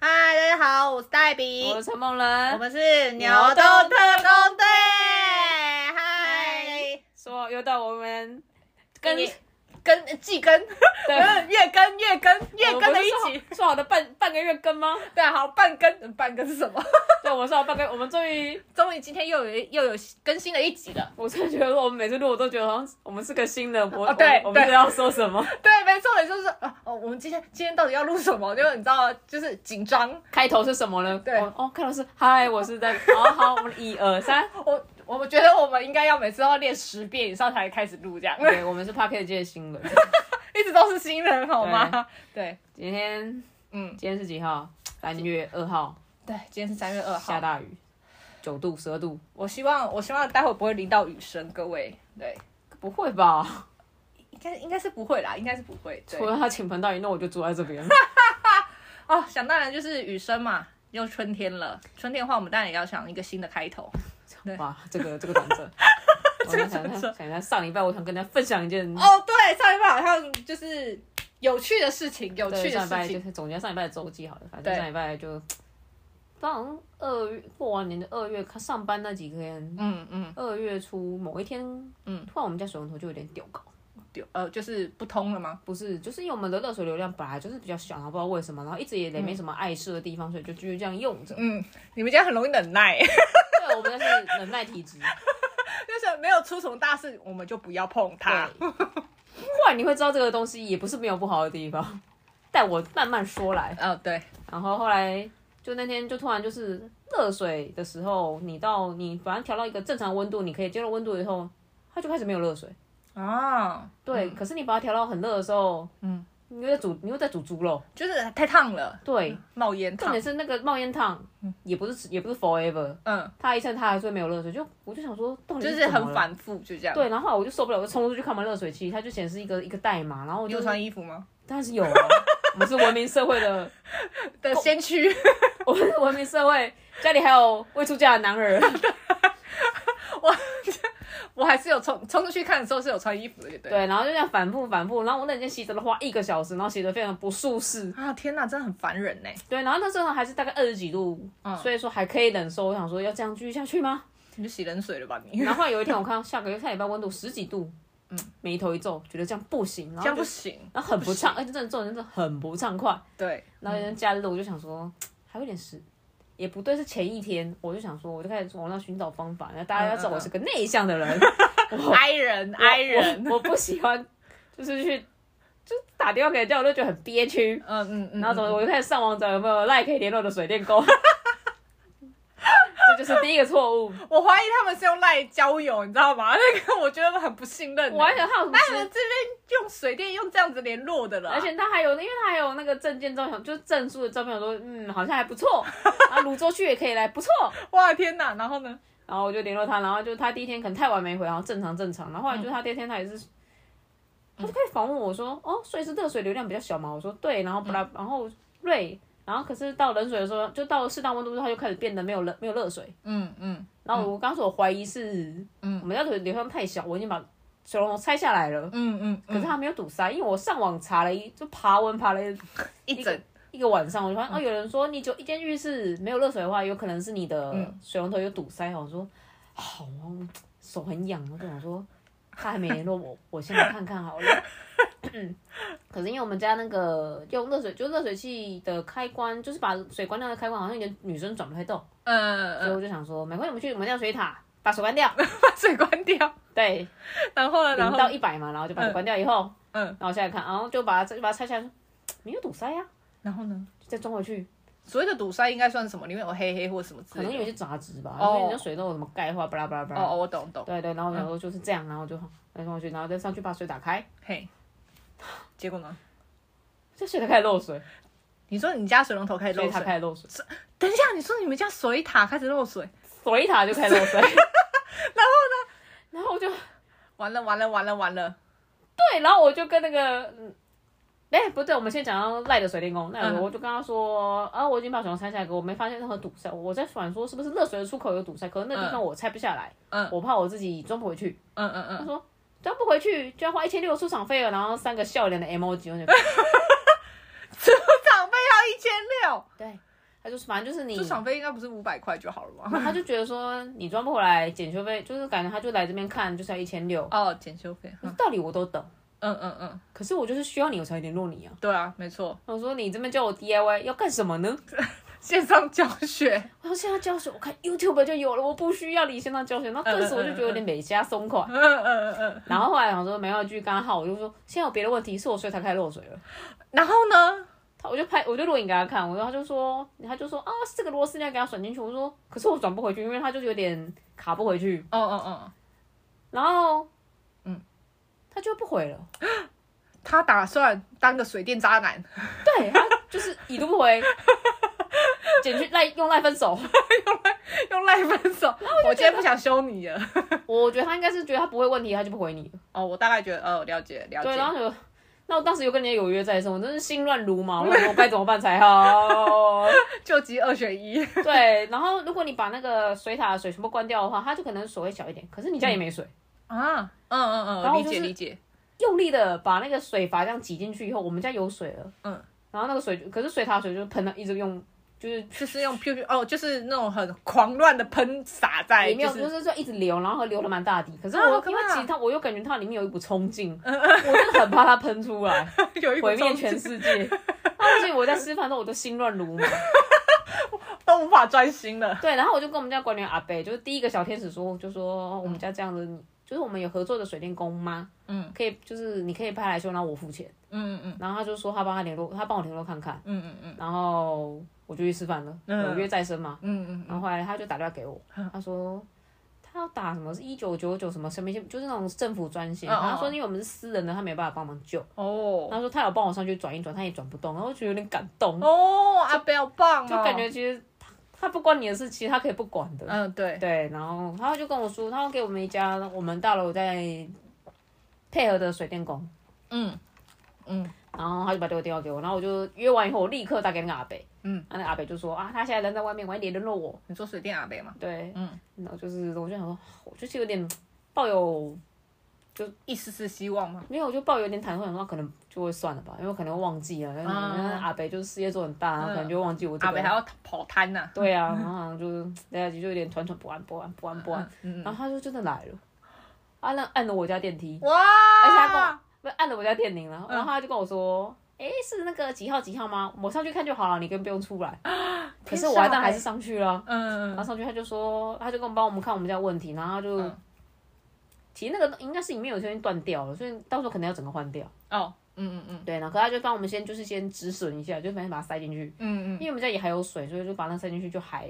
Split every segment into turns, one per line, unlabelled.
嗨，大家好，我是黛比，
我是陈梦
我
人，
们是牛顿特工队。嗨，
说又到我们跟
你跟季更，
对
月更月更 月更的一
我们
集
不。是说好说好的半半个月更吗？
对，好，半更，半更是什么？
对，我们说好半个，我们终于，
终于今天又有又有更新了一集了。
我真的觉得我们每次录我都觉得好像我们是个新的，我、
哦对
我我们
对
知道说什么，
对，没错，你就是啊哦，我们今天今天到底要录什么？就是你知道，就是紧张。
开头是什么呢？
对
我哦，开头是嗨，我是在， 好好，我们一二三，
我我觉得我们应该要每次都要练十遍以上才开始录，这样
对，我们是 p a r k e t 界的新人。
一直都是新人好吗？对，
今天
嗯，
今天是几号？三月二号，
对，今天是三月二号
下，大雨，九度十二度，
我希望我希望待会不会淋到雨声，各位。对，
不会吧？
应该应该是不会啦，应该是不会。对
除了他倾盆大雨，那我就坐在这边。
哦，想当然就是雨声嘛，又春天了。春天的话，我们当然也要想一个新的开头。对
哇，这个这个 转折，这
个转折
想一下，上礼拜我想跟大家分享一件，
哦，对，上一拜好像就是有趣的事情，有
对，
趣
上
的
礼拜
事
就
情。
是总结上礼拜的周记好了，反正
对
上礼拜就，好像二月过完年的二月，他上班那几天，
嗯嗯，
二月初某一天，
嗯
嗯，突然我们家水龙头就有点掉高。嗯
丢呃，就是不通了吗？。
不是，就是因为我们的热水流量本来就是比较小，然后不知道为什么，然后一直也没什么碍事的地方，所以就继续这样用着
嗯，你们家很容易忍 耐，
对，我们就是忍耐体质。
就是没有出什么大事，我们就不要碰它。
对，后来你会知道这个东西也不是没有不好的地方，但我慢慢说来。
哦，对，
然后后来就那天就突然就是热水的时候，你到你反正调到一个正常温度，你可以接受温度以后，它就开始没有热水。
哦，
对，可是你把它调到很热的时候，
嗯，
你又在煮，你又在煮猪肉。
就是太烫了，
对，
冒烟
重
烫
点。是那个冒烟烫，也不是也不是 forever，
嗯，
它一下它还是会没有热水，就我就想说到底
就是是
怎么
很
了。
反复，就这样。
对，然后后来我就受不了，我就冲出去看完热水器，它就显示一个一个代码，然后我
你
就
有穿衣服吗？
当然是有啊， 我们是文明社会的，
的先驱，
我们是文明社会，家里还有未出嫁的男儿。
我还是有冲冲出去看的时候是有穿衣服的，对不对？
对，然后就这样反复反复，然后我那天洗澡的花一个小时，然后洗得非常不舒适。
啊，天哪，真的很烦人呢。
对，然后那时候还是大概二十几度，
嗯
所以说还可以忍受。我想说要这样继续下去 吗？
你就洗冷水了吧你？
然后后来有一天我看到下个月下礼拜温度十几度，嗯，眉头一皱，觉得这样不行，然
这
后
样
就
不行。
然后很不畅，而且真的这种人真的很不畅快。
对，
然后那天假日我就想说，还有点湿。也不对，是前一天我就想说，我就开始往那寻找方法。然后大家要知道我是个内向 的人，
嗯挨人挨 人。嗯
我我不喜欢，就是去就打电话给人家，我就觉得很憋屈。
嗯嗯嗯。
然后怎么我就开始上网找有没有赖可以联络的水电工， 这就是第一个错误。
我怀疑他们是用赖交友，你知道吗？ 那个我觉得很不信任呢。
我还想他有什么
他们
职，
这边用水电用这样子联络的了，
而且他还有，因为他还有那个证件照片，就是证书的照片，我说嗯好像还不错，啊泸州去也可以来，不错。
哇天哪！然后呢？
然后我就联络他，然后就他第一天可能太晚没回，然后正常正常，然后后来就他第二天他也是，他就开始访问我说，哦，所以是热水流量比较小嘛？我说对，然后不啦，然后对，然后可是到冷水的时候，就到了适当温度之后，它就开始变得没有热没有热水。
嗯嗯
然后我刚说我怀疑是，
嗯
我们家的流量太小，我已经把水龙头拆下来了，
嗯嗯。
可是它没有堵塞，因为我上网查了一就爬文爬了一
一整
一个晚上，我就
嗯
发现哦，有人说你只有一间浴室没有热水的话，有可能是你的
嗯
水龙头有堵塞。我说好啊，我手很痒，我就想说他还没联络我，我先来看 看好了。可是因为我们家那个用热水，就热水器的开关，就是把水关掉的开关，好像有点女生转不太动，
嗯
所以
嗯，
我就想说，没关系，我们去我们家水塔把水关掉。
把水关掉，
对，
然后呢？然
零
后
到一百嘛，然后就把它关掉以后，
嗯
嗯，然后下来看，然后就把它就把它拆下来，啊没有堵塞呀、
然后呢？
就再装回去，
所谓的堵塞应该算什么？里面有黑黑或什么之
可能
类
有一
的。
些杂质吧，
哦
因为人家水都有什么钙化，巴拉巴拉巴
哦
拉。
哦，嗯我懂懂。
对对，然后我想说哦就是这样，然后就再装回去，然后再上去把水打开，
嘿，结果呢？
这水才开始漏水，
你说你家水龙头开始
所
漏
以它
水？
开始漏水，
等一下，你说你们家水塔开始漏水？
水塔就开始 漏水。然 后呢？然后我就
完了完了完了完了！
对，然后我就跟那个，嗯哎、不对，我们先讲到赖的水电工，那
嗯
我就跟他说，啊，我已经把水龙头拆下来，可我没发现任何堵塞，我在想说是不是热水的出口有堵塞，可是那地方我拆不下来，
嗯
我怕我自己装不回去。
嗯嗯
他
嗯，
说对啊，不回去就要花一千六出场费了，然后三个笑脸的 emoji，我就
出场费要一千六，
对，他就是反正就是你
出，场费应该不是五百块就好了吗？
他就觉得说你赚不回来，检修费就是感觉他就来这边看就是要一千六，
哦，检修费，嗯
道理我都懂，
嗯嗯嗯，
可是我就是需要你我才联络你啊。
对啊，没错，
我说你这边叫我 DIY 要干什么呢？
线上教学，
我说线上教学，我看 YouTube 就有了，我不需要你线上教学。那顿时我就觉得有点美加松垮。
嗯嗯嗯
然后后来想说没有继续跟他耗，我就说现在有别的问题，是我所以才开始落水了。
嗯，然后呢？
他我就拍，我就录影给他看，我说他就说，他就说啊，这个螺丝你要给他转进去。我说可是我转不回去，因为他就是有点卡不回去。
哦哦哦，
然后，
嗯，
他就不回了，
他打算当个水电渣男，
对他就是已读不回， 简去赖用赖分手。
用赖分手。我今天不想修你了。
我觉得他应该是觉得他不会问题，他就不回你。
哦，我大概觉得，哦，了解了
对，然
解。
后就，那我当时有跟人家有约在身，我真是心乱 如麻，我想我该怎么办才好？
救急二选一。
对，然后如果你把那个水塔的水全部关掉的话，它就可能水会小一点，可是你家也没水，
啊，嗯嗯嗯，
然后
理
就
解
是
理解。
用力的把那个水阀这样挤进去以后，我们家有水了，
嗯，
然后那个水就，可是水塔水就喷了，一直用，就是
就是用 p 哦，就是那种很狂乱的喷洒在，
也没有，
就是
就是说一直流，然后流了蛮大滴。可是
啊
我、
好可
因为
怕
其实它，我又感觉它里面有一股冲 劲，我真的很怕它喷出来，
有一股
毁灭
冲
全
击
世界。那所以我在吃饭的时候我都心乱如麻。
都无法专心了。
对，然后我就跟我们家管理员阿贝，就是第一个小天使说，就说哦我们家这样子，就是我们有合作的水电工吗？
嗯，
可以，就是你可以派来修，然后我付钱。
嗯嗯
然后他就说他帮他联络，他帮我联络看看，
嗯嗯嗯
然后我就去吃饭了，
嗯
有约在身嘛。
嗯嗯
然后后来他就打电话给我，他说他要打什么一九九九什么什么线，就是那种政府专线。
嗯嗯
然后他说因为我们是私人的，他没办法帮忙救。
嗯，哦
他说他有帮我上去转一转，他也转不动，然后我觉得有点感动，
哦，阿贝好棒哦，
就感觉其实他他不关你的事，其实他可以不管的。
嗯对，
对，然后他就跟我说，他要给我们一家我们大楼在配合的水电工，
嗯嗯
然后他就把这个电话给我，然后我就约完以后，我立刻打给那个阿北，
嗯，
那个阿北就说啊，他现在人在外面，晚一点联络我。
你做水电阿贝吗？
对，
嗯，
然后就是我就想说，我就是有点抱有
一丝丝希望吗？
没有，我就抱有点忐忑，想说可能就会算了吧，因为我可能忘记了，因为
啊嗯
那阿北就是事业做很大，然后可能就忘记我这
阿贝还
个。
要跑摊呐，
对啊，然后好像就是大家就有点团团不安，不安，不安，不安。
嗯嗯
然后他就真的来了，啊，那按了我家电梯，
哇，
而且他跟
啊
我不是按了我家电铃了，
嗯
然后他就跟我说：“诶，是那个几号几号吗？我上去看就好了，你根本不用出来。”可是我还但还是上去了，
嗯
然后
嗯
上去他就说，他就跟我帮我们看我们家问题，然后他就、
嗯
其实那个应该是里面有些东西断掉了，所以到时候可能要整个换掉。
哦，嗯嗯嗯
对，然后可他就帮我们先就是先止损一下，就反正把它塞进去，
嗯
因为我们家也还有水，所以就把它塞进去就还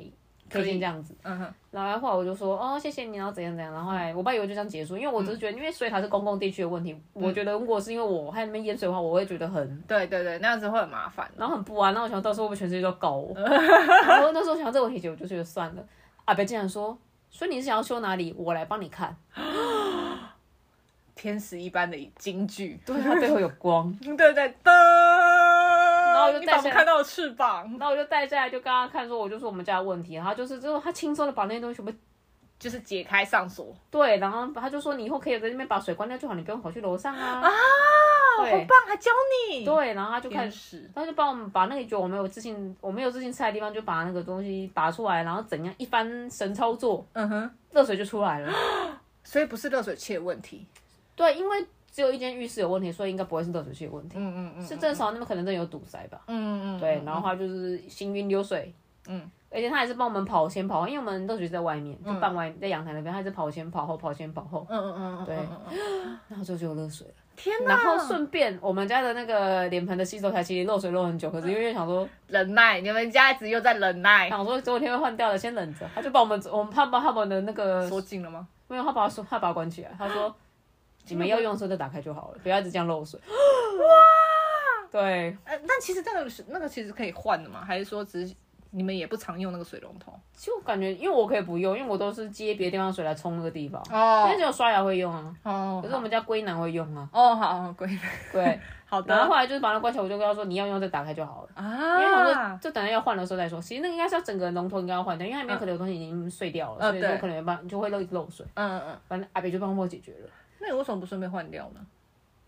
可以先这样子。
嗯嗯
然后后来我就说哦，谢谢你，然后怎样怎样，然后后来我爸以为就这样结束，因为我只是觉得，因为水塔是公共地区的问题，我觉得如果是因为我还在那边淹水的话，我会觉得很，
嗯，对对对，那样子会很麻烦。哦
然后很不安，然后我想到时候会不会全世界都要告 我，然后那时候想到这个问题解决，我就觉得算了。阿北竟然说，所以你是想要修哪里，我来帮你看，
天使一般的京剧，，
对，他背后有光
对对对，然
后就
你
带
仿佛
下
看到了翅膀，
然后我就带下来就跟他看说，我就说我们家的问题，然后他就是之后他轻松的把那些东西全部
就是解开上锁
对，然后他就说你以后可以在那边把水关掉就好，你不用跑去楼上啊，
啊，好
对
棒，还教你
对，然后他就开
天
始。
使，
他就帮我们把那个觉得我们有自信、我们有自信菜的地方，就把那个东西拔出来，然后怎样一番神操作，
嗯哼，
热水就出来了。
所以不是热水器的问题，
对，因为只有一间浴室有问题，所以应该不会是热水器的问题，
嗯嗯嗯，
是正常那边可能真的有堵塞吧。
嗯嗯嗯，
对，然后他就是行云流水，
嗯，
而且他还是帮我们跑先跑后，因为我们热水是在外面，就半外在阳台那边，他还是跑先跑后，跑先跑后，
嗯嗯嗯嗯，
对
嗯嗯嗯
然后就就有热水了。
天
然后
哪，
顺便我们家的那个脸盆的洗手台其实漏水漏很久，可是因为想说
忍耐，你们家一直又在忍耐，
想说昨天会换掉的，先忍着。他就把我们我们他把他们的那个
说尽了吗？
没有，他把它说，他把它关起来。他
啊
说，你们要用的时候再打开就好了，不要一直这样 漏水。哇！对，
呃，但其实那个是那个其实可以换的嘛，还是说只是你们也不常用那个水龙头？
就感觉因为我可以不用，因为我都是接别的地方的水来冲那个地方。因为
哦
只有刷牙会用啊，
哦
可是我们家龟男会用啊。
哦，好好，贵，
对，
好
然后
的
后来就是把它关起来，我就跟他说，你要用再打开就好了。因为我
啊
说，就等到要换的时候再说。其实那个应该是要整个龙头应该要换掉，因为它里面可能有东西已经碎掉了，
嗯
所以说
对
可能有办就会漏漏水。
嗯嗯嗯，
反正阿北就帮我解决了。
那你为什么不顺便换掉呢？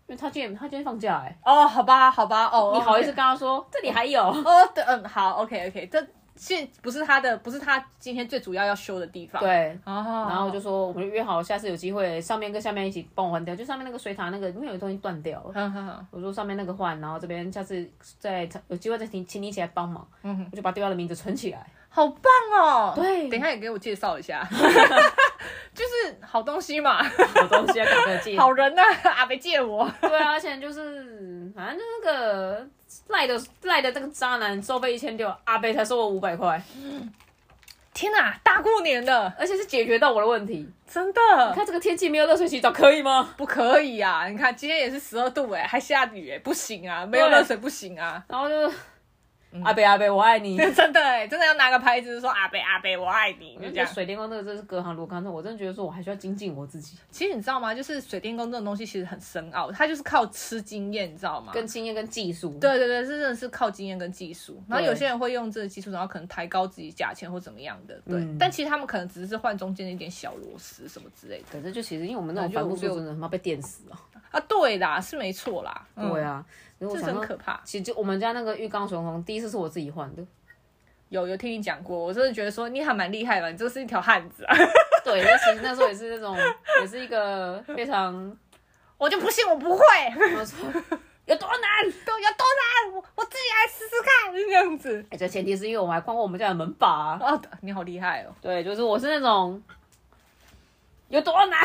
因为他今天他今天放假哎、
哦，好吧，好吧，哦，
你好意思
OK
跟他说这里还有？
哦，对，嗯，好，OK OK，这现不是他的，不是他今天最主要要修的地方。，
对，
哦，然
然后我就说我们约好下次有机会上面跟下面一起帮我换掉，就上面那个水塔那个因为有东西断掉了。
好好好，
我说上面那个换，然后这边下次再有机会再请请你一起来帮忙，我就把对方的名字存起来。
好棒嗯哦！
对
等一下也给我介绍一 下，就是好东西嘛，
有东西要赶快借。
好人呐、 阿北借我。
对啊，而且就是反正就是那个赖的赖的这个渣男收费一千六，阿贝才收我五百块，
天哪、大过年的，
而且是解决到我的问题。
真的
看这个天气没有热水洗澡可以吗？
不可以啊！你看今天也是十二度哎、还下雨哎、不行啊，没有
对
热水不行 啊。
然后就、阿贝阿贝我爱你。
嗯真的哎、真的要拿个牌子说阿北阿北我爱你，就这
这
样。
水电工这个真是隔行如隔山，我真的觉得说我还需要精进我自己，
其实你知道吗？就是水电工这种东西其实很深奥，它就是靠吃经验，你知道吗？
跟经验跟技术。，
对对对，这真的是靠经验跟技术。然后
对
有些人会用这个技术，然后可能抬高自己价钱或怎么样的，对。
嗯
但其实他们可能只是换中间的一点小螺丝什么之类的
可是就其实因为我们那
感
种
觉
帆
我
布
就
树真的他妈被电死了。
啊。对啦，是没错啦。嗯、
对，啊，如果
这是
想
很
到
可怕。
其实就我们家那个浴缸水龙头第一次是我自己换的，
有有听你讲过，我真的觉得说你还蛮厉害吧，你这是一条汉子啊！
对，那其实那时候也是那种，也是一个非常，
我就不信我不会，
我说有多难？
都有多难，我我自己来试试看，这样子。
哎，这前提是因为我还逛过我们家的门把啊、
哦，你好厉害哦，
对，就是我是那种有多难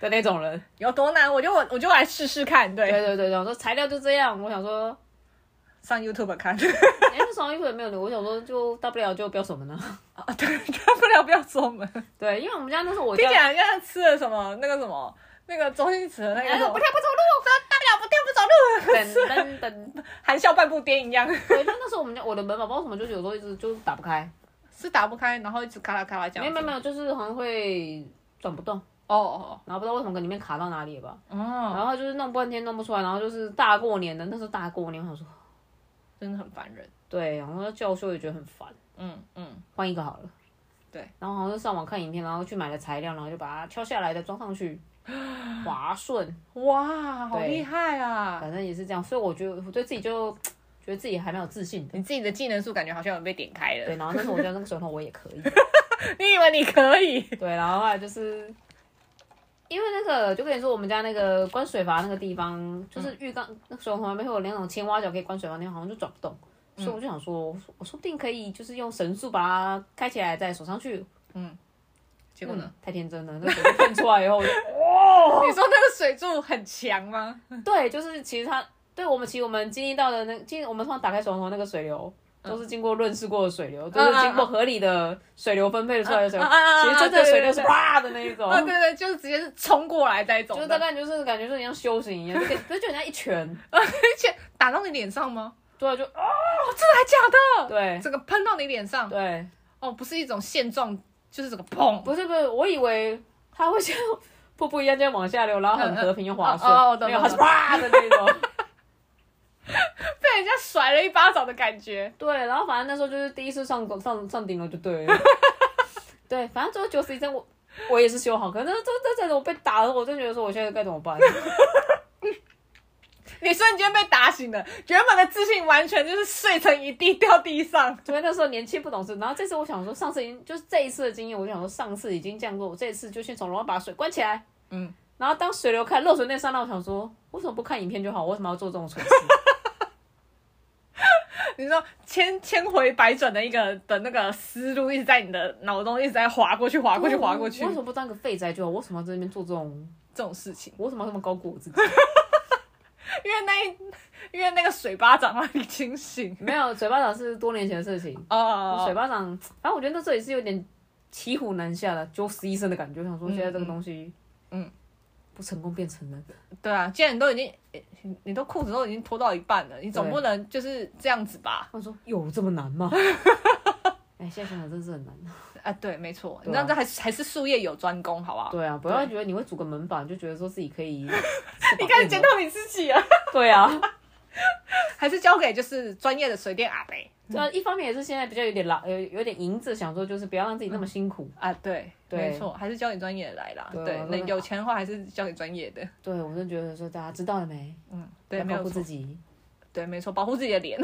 的那种人。
有多难我就我我就来试试看，对，
对对对对，我说材料就这样，我想说，
上 YouTube 看。
哎，那双衣服也没有留，我想说就大不了就不要锁门了。
啊，对，大不了不要锁门。
对，因为我们家那时候我
听
家
起，来像吃了什么那个什么那个周星驰的那个
哎，
什
我
么
不跳不走路，
大不了不跳不 走路，
等等等。
含笑半步癫一样，
对，就那时候我们家我的门把不知道为什么，就是有时候一直就打不开，
是打不开，然后一直咔啦咔啦这样
没
子。
有没有没有，就是好像会转不动，
哦哦
然后不知道为什么里面卡到哪里了吧。
哦哦，
然后就是弄半天弄不出来，然后就是大过年的，那时候大过年，我想说，
真的很烦人。
对，然后教授也觉得很烦，
哦嗯嗯，
换一个好了。
对，
然后好像就上网看影片，然后去买了材料，然后就把它敲下来的装 上去，滑顺，
哇，好
对
厉害啊！
反正也是这样。所以我觉得我对自己就觉得自己还蛮有自信的。
你自己的技能树感觉好像有被点开了
对，，然后那时候我觉得那个水桶我也可以。
你以为你可以？
对，然后后来就是因为那个，就跟你说我们家那个关水阀那个地方，
嗯
就是浴缸、那个水龙头旁边会有那种青蛙脚可以关水阀，那个好像就转不动，
嗯
所以我就想说，我说我说不定可以就是用神速把它开起来再锁上去。嗯
结果呢？
太天真了，那水被喷出来以后，我就
你说那个水柱很强吗？
对，就是其实它对我们其实我们经历到的那经我们通常打开水龙头那个水流。
嗯
都是经过润湿过的水流，就是经过合理的水流分配出来的水流
啊啊啊啊啊啊。
其实真正的水流是
对对对
哇的那一种。
啊，对对，就是直接是冲过来这一种
就
的，
是大概就是感觉就是像修行一样，就给就就人家一拳，
而且打到你脸上吗？
对，就啊
哦，真的还假的？
对
整个喷到你脸上，
对，
哦，不是一种现状，就是整个砰，
不是不是，我以为他会像瀑布一样这样往下流，然后很和平又滑
嗯嗯哦哦我
顺，
懂
没有，
懂
他是啪的那 种。
被人家甩了一巴掌的感觉。
对，然后反正那时候就是第一次上上上顶楼就 对了，对，反正最后九死一生我。我也是修好，可是这这这这我被打了，我真觉得说我现在该怎么办？
你瞬间被打醒了，原本的自信完全就是碎成一地掉地上。
因为那时候年轻不懂事，然后这次我想说，上次已经就是这一次的经验，我就想说上次已经这样做，我这一次就先从楼上把水关起来，
嗯，
然后当水流开漏水那刹那，我想说，为什么不看影片就好？我为什么要做这种蠢事？
你说千千回百转的一个的那个思路一直在你的脑中一直在划过去，划过去，划过去
我为，什么不当个废宅就好？我为什么要在那边做这种？
这种事情。
我为什么要这么高估我自己？
因为那一，因为那个水巴掌让你清醒。
没有，嘴巴长是多年前的事情。
哦
嘴，巴长，反正我觉得那时候也是有点骑虎难下的，九死一生的感觉。我想说，现在这个东西，
嗯嗯，
不成功便成仁。
对啊，既然你都已经，诶你你都裤子都已经脱到一半了，你总不能就是这样子吧？
我说有这么难 吗？哎，现在想想真是很难。
啊，对，没错，你
对啊
知道这还是还是术业有专攻，好不好？
对啊，不要觉得你会组个门板，就觉得说自己可以。 你
你开始检讨你自己了。
对啊，
还是交给就是专业的水电阿伯。
这啊一方面也是现在比较有点老，有有点银子，想说就是不要让自己那么辛苦。
啊，对，
对
没错，还是交给专业的来啦。
对
对
我，
那
真的
有钱的话还是交给专业的。
对，我就觉得说大家知道了没？
嗯，对，
要
没
保
有
护
错，
自己，
对，没错，保护自己的脸，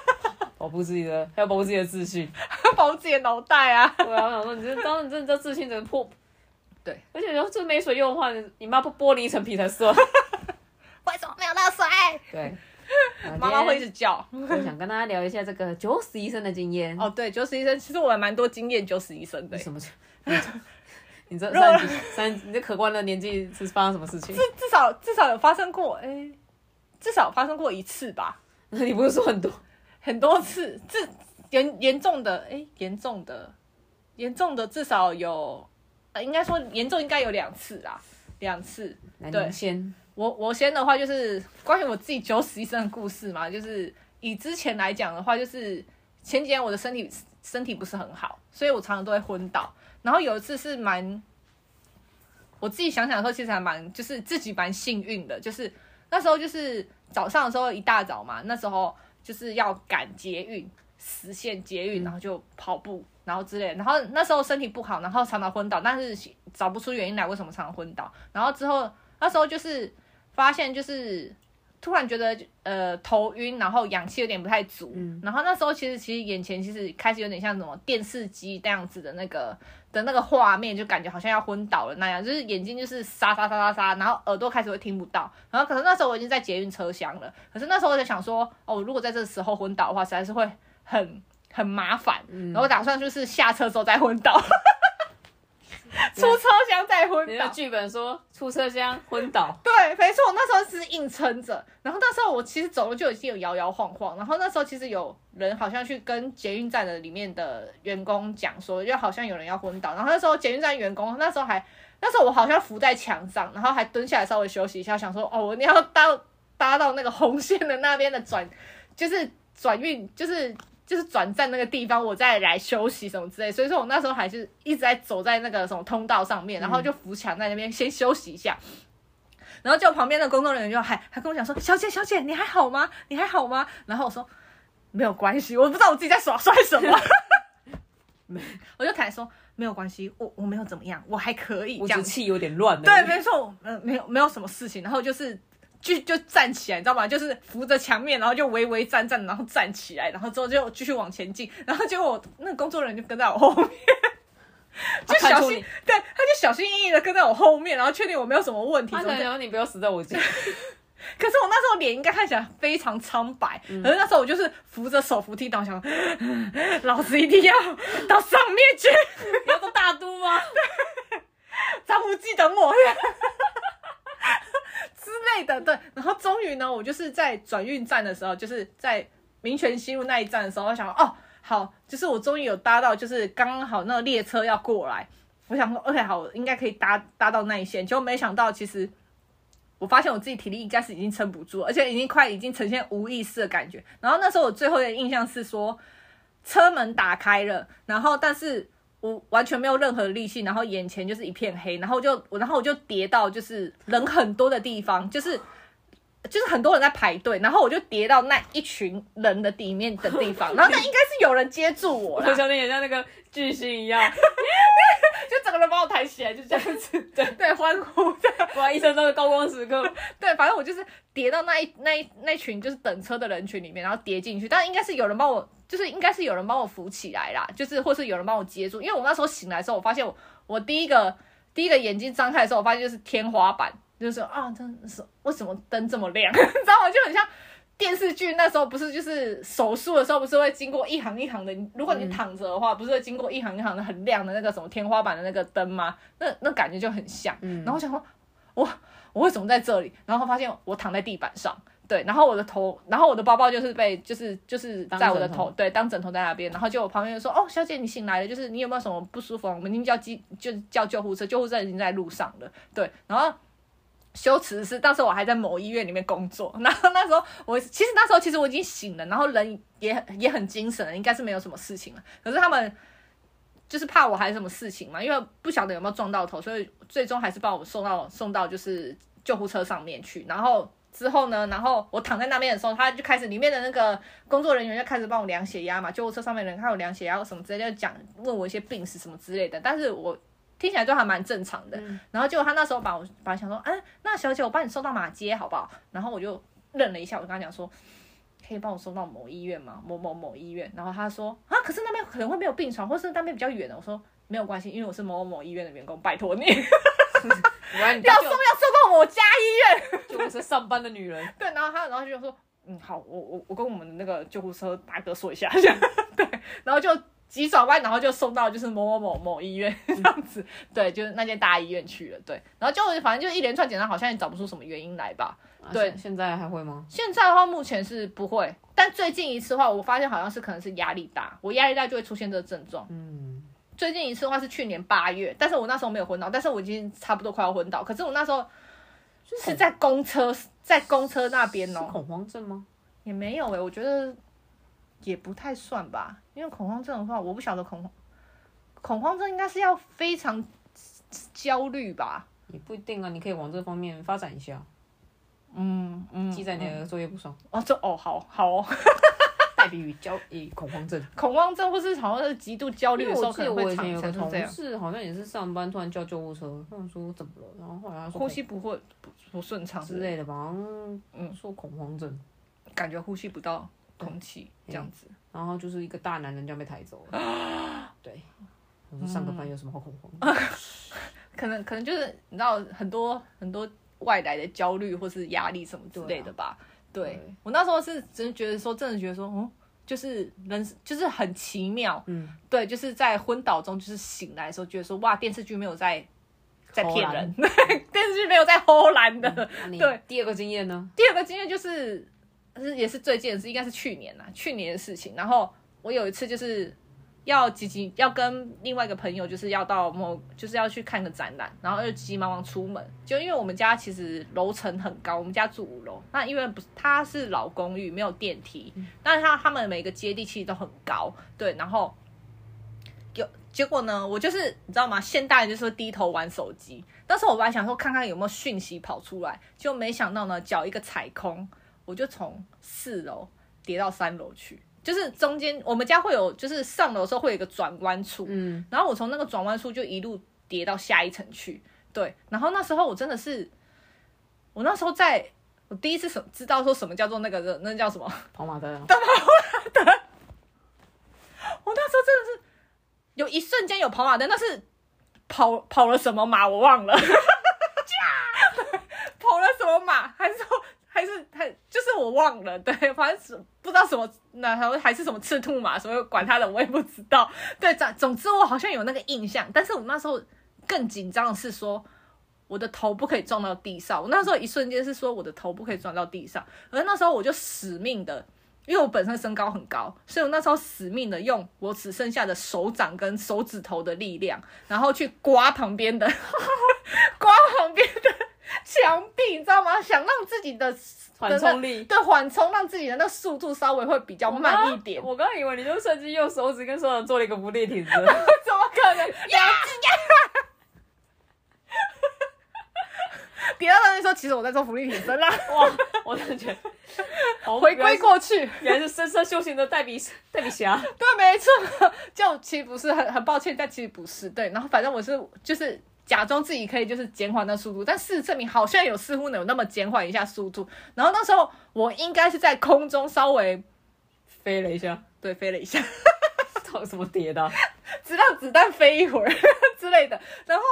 保护自己的，要保护自己的自 信。
保护自己的脑袋啊。
对啊，我想说，你这当你真的这自信怎么破？
对，
而且说这没水用的话，你你妈不剥你一层皮才算。
为什么没有热水？
对，
妈妈会一直叫。
我想跟大家聊一下这个九死一生的经 验。
哦，对，九死医生，其实我还蛮多经验九死医生的欸。
你什么？你这三级三级，你这可观的年纪是发生什么事情？
至至少至少有发生过，哎、至少发生过一次吧，
你不是说很多？
很多次，至严严重的，哎、严重的，严重的至少有，呃，应该说严重应该有两次啦，两次。
来，
对
您先。
我我先的话就是关于我自己九死一生的故事嘛，就是以之前来讲的话，就是前几天我的身体身体不是很好，所以我常常都会昏倒。然后有一次是蛮，我自己想想的时候，其实还蛮就是自己蛮幸运的，就是那时候就是早上的时候一大早嘛，那时候就是要赶捷运，实现捷运，然后就跑步，然后之类的。然后那时候身体不好，然后常常昏倒，但是找不出原因来为什么常常昏倒。然后之后那时候就是发现就是。突然觉得呃头晕，然后氧气有点不太足，
嗯
然后那时候其实其实眼前其实开始有点像什么电视机那样子的那个的那个画面，就感觉好像要昏倒了那样，就是眼睛就是沙沙沙沙沙，然后耳朵开始会听不到，然后可是那时候我已经在捷运车厢了，可是那时候我就想说，哦，如果在这时候昏倒的话，实在是会很很麻烦，然后我打算就是下车之后再昏倒，出车厢再
你
昏
的
倒。
剧本说出车厢昏 倒，
对，没错，我那时候只是硬撑着，然后那时候我其实走路就已经有摇摇晃晃，然后那时候其实有人好像去跟捷运站的里面的员工讲说，就好像有人要昏倒，然后那时候捷运站员工那时候还，那时候我好像扶在墙上，然后还蹲下来稍微休息一下，想说哦，我一定要到搭到那个红线的那边的转，就是 转运，就是。就是转站那个地方，我再来休息什么之类，所以说我那时候还是一直在走在那个什么通道上
嗯
面，然后就扶墙在那边先休息一下，然后就旁边的工作人员就还还跟我讲说：“小姐，小姐，你还好吗？你还好吗？”然后我说：“没有关系，我不知道我自己在耍帅什么。
没”
我就坦然说：“没有关系，我我没有怎么样，我还可以。”
我
这样
只气有点乱。
对，，没错，嗯、没有没有什么事情，然后就是就就站起来，你知道吗？就是扶着墙面，然后就微微站站，然后站起来，然后之后就继续往前进，然后结果我那个工作人员就跟在我后面。就
他看
小
出
心，
你
对，他就小心翼翼的跟在我后面，然后确定我没有什么问题。
他
怎么
可能
这样
想说你不要死在我家，
可是我那时候脸应该看起来非常苍白，可是那时候我就是扶着手扶梯倒，想 老子一定要到上面去，
你要做大都 吗？
张无忌等我 之类的。对，然后终于呢，我就是在转运站的时候，就是在民权西路那一站的时候，我想哦，好，就是我终于有搭到，就是刚好那个列车要过来，我想说，OK，好，我应该可以搭搭到那一线，结果没想到其实。我发现我自己体力应该是已经撑不住了，而且已经快已经呈现无意识的感觉。然后那时候我最后的印象是说，车门打开了，然后但是我完全没有任何力气，然后眼前就是一片黑，然后我就我然后我就跌到就是人很多的地方，就是 就是很多人在排队，然后我就跌到那一群人的里面的地方，然后那应该是有人接住我
我
了，
想你也像那个巨星一样，
就整个人把我抬起来，就这样子，对对，欢呼的。
哇，一生中的高光时刻。
对，反正我就是跌到那一那一那群就是等车的人群里面，然后跌进去。但应该是有人帮我，就是应该是有人帮我扶起来啦，就是或是有人帮我接住。因为我那时候醒来的时候，我发现我我第一个第一个眼睛张开的时候，我发现就是天花板，就是说啊，真的是为什么灯这么亮？ 你知道吗？就很像。电视剧那时候不是就是手术的时候，不是会经过一行一行的？如果你躺着的话，不是会经过一行一行的很亮的那个什么天花板的那个灯吗？那那感觉就很像。
嗯
然后我想说，我我为什么在这里？然后发现我躺在地板上，对，然后我的头，然后我的包包就是被就是就是在我的
当枕
头，对，当枕头在那边。然后就我旁边就说，哦，小姐你醒来了，就是你有没有什么不舒服？啊我们已经叫机就叫救护车，救护车已经在路上了，对，然后。羞耻的是，当时我还在某医院里面工作， 然后那时候我其实那时候其实我已经醒了，然后人也也很精神了，应该是没有什么事情了。可是他们就是怕我还有什么事情嘛，因为不晓得有没有撞到头，所以最终还是把我送到送到就是救护车上面去。然后之后呢，然后我躺在那边的时候，他就开始里面的那个工作人员就开始帮我量血压嘛，救护车上面的人看我量血压什么之类的，就讲问我一些病史什么之类的，但是我听起来都还蛮正常的。然后结果他那时候把我把想说，哎、那小姐我帮你送到马街好不好？然后我就愣了一下，我就跟他讲说。可以帮我送到某医院吗？某某某医院。然后他说啊，可是那边可能会没有病床，或是那边比较远的。我说没有关系，因为我是某某某医院的员工，拜托你，要送
然你
要送到我家
就就是上班的女人，
对，然后他，然后他就说，嗯，好，我我我跟我们的那个救护车大哥说一下， 这样对，然后就急转弯，然后就送到就是某某某某医院 这样子，对，就是那间大医院去了，对，然后就反正就一连串检查，好像也找不出什么原因来吧。
啊
对
现现在还会吗？
现在的话，目前是不会，但最近一次的话，我发现好像是可能是压力大，我压力大就会出现这个症状。
嗯，
最近一次的话是去年八月，但是我那时候没有昏倒，但是我已经差不多快要昏倒，可是我那时候是在公车，在公车那边
是
哦、
恐慌症吗？
也没有诶、欸我觉得也不太算吧，因为恐慌症的话，我不晓得恐慌恐慌症应该是要非常焦虑吧。
也不一定啊，你可以往这方面发展一下，
嗯嗯
记在你的作业簿上。
哦，这哦好好哦，
代笔与焦与恐慌症。
恐慌症或是好像是极度焦虑
因
的
为
时候
我记
可
得
能
我
会
以
产
前有个
生这
同
样，
事，好像也是上班突然叫救护车，他们说怎么了，然后后来他说
呼吸不会不不顺畅
恐之类的吧，嗯，
嗯
说恐慌症，
感觉呼吸不到空气这
嗯
样子。
然后就是一个大男人这样被抬走了。 对，我说上个班有什么好恐慌 的？
可能可能就是你知道很多很多外来的焦虑或是压力什么之类的吧。对,、
啊对
我那时候是真觉得说，真的觉得说，嗯，就是人就是很奇妙，
嗯，
对，就是在昏倒中就是醒来的时候，觉得说哇，电视剧没有在在骗人， 电视剧没有在偷懒的。
那你
对
第二个经验呢？
第二个经验就是，是也是最近的事，应该是去年啦，去年的事情。然后我有一次就是要急急要跟另外一个朋友，就是要到某，就是要去看个展览，然后又急急忙忙出门，就因为我们家其实楼层很高，我们家住五楼，那因为不是它是老公寓，没有电梯，但是它他们每个接地气都很高，对，然后。有结果呢，我就是你知道吗？现代人就是会低头玩手机。当时我本来想说看看有没有讯息跑出来，就没想到呢，脚一个踩空，我就从四楼跌到三楼去。就是中间我们家会有，就是上楼的时候会有一个转弯处，
嗯，
然后我从那个转弯处就一路跌到下一层去。对，然后那时候我真的是，我那时候在我第一次什知道说什么叫做那个那叫什么
跑马灯啊，
我那时候真的是有一瞬间有跑马灯，但是跑跑了什么马我忘了， 跑了什么马，还是说还是还就是我忘了，对，反正是不知道什么，那还还是什么赤兔马，所以管他的我也不知道。对，总总之我好像有那个印象，但是我那时候更紧张的是说。我的头不可以撞到地上，我那时候一瞬间是说我的头不可以撞到地上，而那时候我就死命的因为我本身身高很高，所以我那时候死命的用我只剩下的手掌跟手指头的力量，然后去刮旁边的， 刮旁边的墙壁，你知道吗？想让自己的
缓冲力。
对缓冲，让自己的那速度稍微会比较慢一点。
我刚刚以为你就甚至用手指跟手掌做了一个不列挺姿，
怎么可能？ 呀！ 别人那边说，其实我在做福利挺身啦，
哇！我真的觉 得好
回归过去。
原来是深色修行的代笔代笔侠。
对，没错，就其实不是很很抱歉，但其实不是对。然后反正我是就是假装自己可以就是减缓那速度，但事实证明好像有似乎能有那么减缓一下速度。然后那时候我应该是在空中稍微
飞了一下，
对飞了一下，
到什么跌 的啊、
只让子弹飞一会儿之类的。然后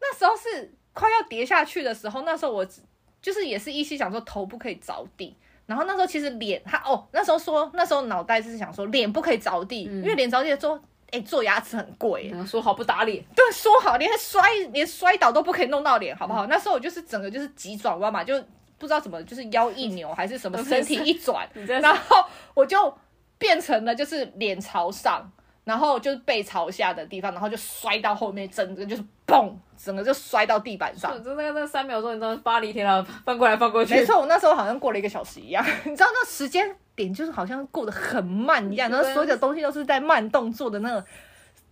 那时候是快要跌下去的时候，那时候我只就是也是依稀想说头不可以着地。然后那时候其实脸，他哦，那时候说那时候脑袋是想说脸不可以着地，因为脸着地说，哎、做牙齿很贵、
然后说好不打脸，
对，说好连摔连摔倒都不可以弄到脸，好不好？那时候我就是整个就是急转弯嘛，就不知道怎么就是腰一扭还是什么，身体一转，
你真的
然后我就变成了就是脸朝上，然后就是背朝下的地方，然后就摔到后面，整个就是嘣，整个就摔到地板上。
就那个那三秒钟，你知道巴黎铁塔翻过来翻过去，
没错，我那时候好像过了一个小时一样，你知道那时间点就是好像过得很慢一样，然后所有的东西都是在慢动作的那个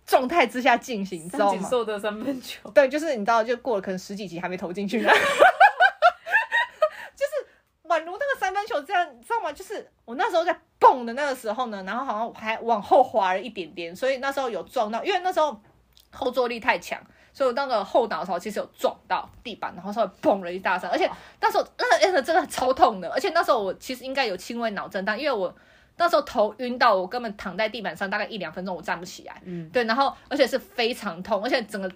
状态之下进行，你知
三
道
井
吗？
寿的三分 球，
对，就是你知道，就过了可能十几集还没投进去呢，就是宛如那个三分球这样，你知道吗？就是我那时候在蹦的那个时候呢，然后好像我还往后滑了一点点，所以那时候有撞到，因为那时候后坐力太强，所以我那个后脑勺其实有撞到地板，然后稍微蹦了一大下，而且那时候那个那个真的超痛的，而且那时候我其实应该有轻微脑震荡，因为我。那时候头晕到我根本躺在地板上，大概一两分钟我站不起来。
嗯，
对，然后而且是非常痛，而且整个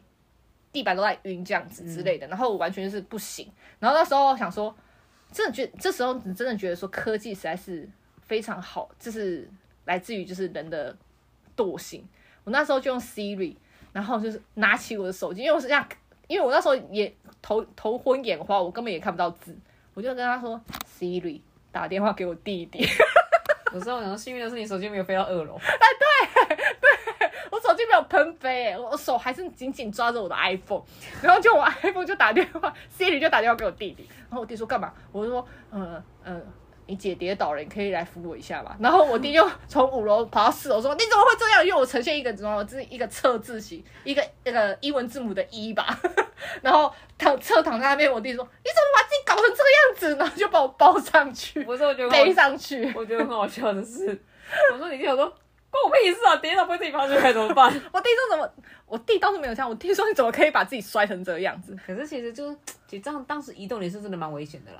地板都在晕这样子之类的，然后我完全就是不行。然后那时候想说，真的觉这时候你真的觉得说科技实在是非常好，就是来自于就是人的惰性。我那时候就用 Siri，然后就是拿起我的手机，因为我是这样，因为我那时候也头头昏眼花，我根本也看不到字，我就跟他说 Siri 打电话给我弟弟。
我知道，我想说幸运的是你手机没有飞到二楼，
我手机没有喷飞、欸，我手还是紧紧抓着我的 iPhone，然后就我 iPhone 就打电话，Siri 就打电话给我弟弟，然后我弟说干嘛？我就说，呃呃，你姐跌倒了，你可以来扶我一下嘛。然后我弟就从五楼跑到四楼说，你怎么会这样？因为我呈现一个什么，就是一个侧字形，一个那个英文字母的一、吧， 然后躺侧躺在那边，我弟说，你怎么把自己搞成这个样子？然后就把我抱上 去，
不是我觉得很好
背上去，
我觉得很好笑的是，我说你就想说关我屁事啊，跌倒不会自己爬出来怎么办？
我弟说怎么？我弟倒是没有这样，我弟说你怎么可以把自己摔成这个样子？
可是其实就是，其实这样当时移动也是真的蛮危险的啦。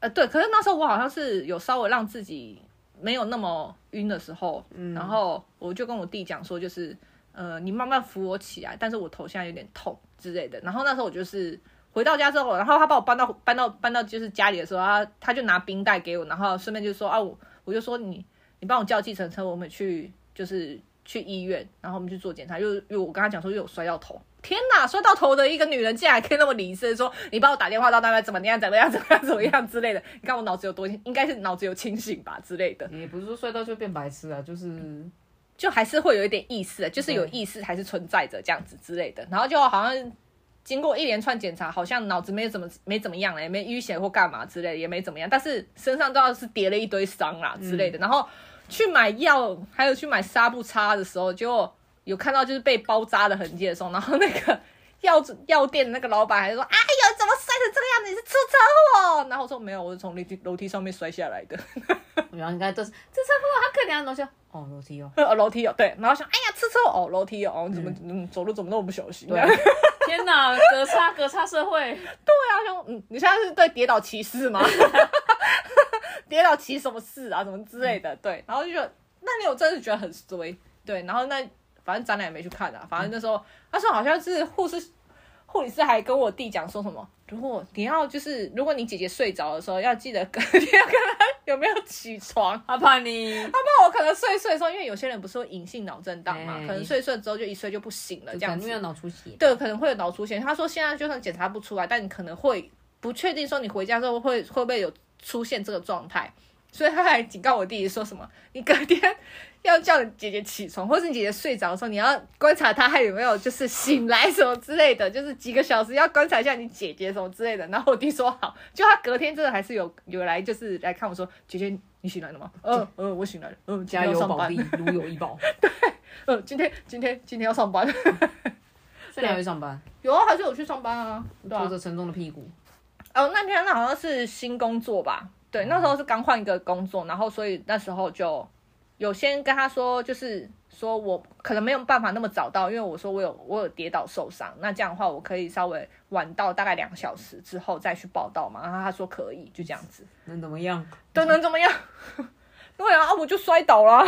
呃，对，可是那时候我好像是有稍微让自己没有那么晕的时候，然后我就跟我弟讲说，就是呃，你慢慢扶我起来，但是我头现在有点痛之类的。然后那时候我就是回到家之后，然后他把我搬到搬到搬到就是家里的时候，他他就拿冰袋给我，然后顺便就说啊，我我就说你你帮我叫计程车，我们去就是去医院，然后我们去做检查，因为因为我跟他讲说，因为我摔到头。天哪，摔到头的一个女人竟然可以那么理智，说你帮我打电话到那边怎么样怎么样怎么样怎么样之类的。你看我脑子有多，应该是脑子有清醒吧之类的，
也不是说摔到就变白痴啊，就是
就还是会有一点意识，就是有意识还是存在着这样子之类的。然后就好像经过一连串检查，好像脑子没怎么没怎么样了，也没淤血或干嘛之类的，也没怎么样，但是身上倒是叠了一堆伤啦之类的。然后去买药，还有去买纱布擦的时候，就有看到就是被包扎的痕迹的时候，然后那个药药店的那个老板还说：“哎呦，怎么摔成这个样子？你是出车祸？”然后我说：“没有，我是从楼梯楼梯上面摔下来的。，
然后应该都是这车祸好可怜啊，然后就哦楼梯哦
呃”楼梯哦，对，然后想：“哎呀，出车祸哦，楼梯哦，怎么嗯走路怎么那么不小心？”啊
对，啊天哪，隔差隔差社会，
对啊，想嗯，你现在是对跌倒歧视吗？跌倒歧什么事啊？什么之类的，对。然后就觉得，那你我真的觉得很衰，对。然后那反正展览也没去看啊，反正那时候那时候好像是护士护理师还跟我弟讲说什么，如果你要就是如果你姐姐睡着的时 候，要记得隔天看她有没有起床。
阿怕你
要啊不然我可能睡一睡的时候，因为有些人不是会隐性脑震荡嘛，
哎
可能睡一睡之后就一睡就不醒了，这样
讲
子
因。为脑出血，
对，可能会有脑出血。他说现在就算检查不出来，但你可能会不确定说你回家之后会会不会有出现这个状态，所以他还警告我弟弟说什么，你隔天 要叫你姐姐起床，或是你姐姐睡着的时候，你要观察她还有没有就是醒来什么之类的，就是几个小时要观察一下你姐姐什么之类的。然后我弟说好，就他隔天真的还是有有来就是来看我说姐姐你醒来了吗？呃呃我醒来了，嗯、呃、
加油
上
保
班
利，，如有一 宝，
呃今天今天今天要上班，
所以你还会上班，
有啊还是有去上班啊，对啊
拖着沉重的屁股，
哦，那天那好像是新工作吧？对，那时候是刚换一个工作，然后所以那时候就有先跟他说，就是说我可能没有办法那么早到，因为我说我有我有跌倒受伤，那这样的话我可以稍微晚到大概两个小时之后再去报道嘛。然后他说可以，就这样子。
能怎么样？
对，能怎么样？ 对啊，啊我就摔倒了。啊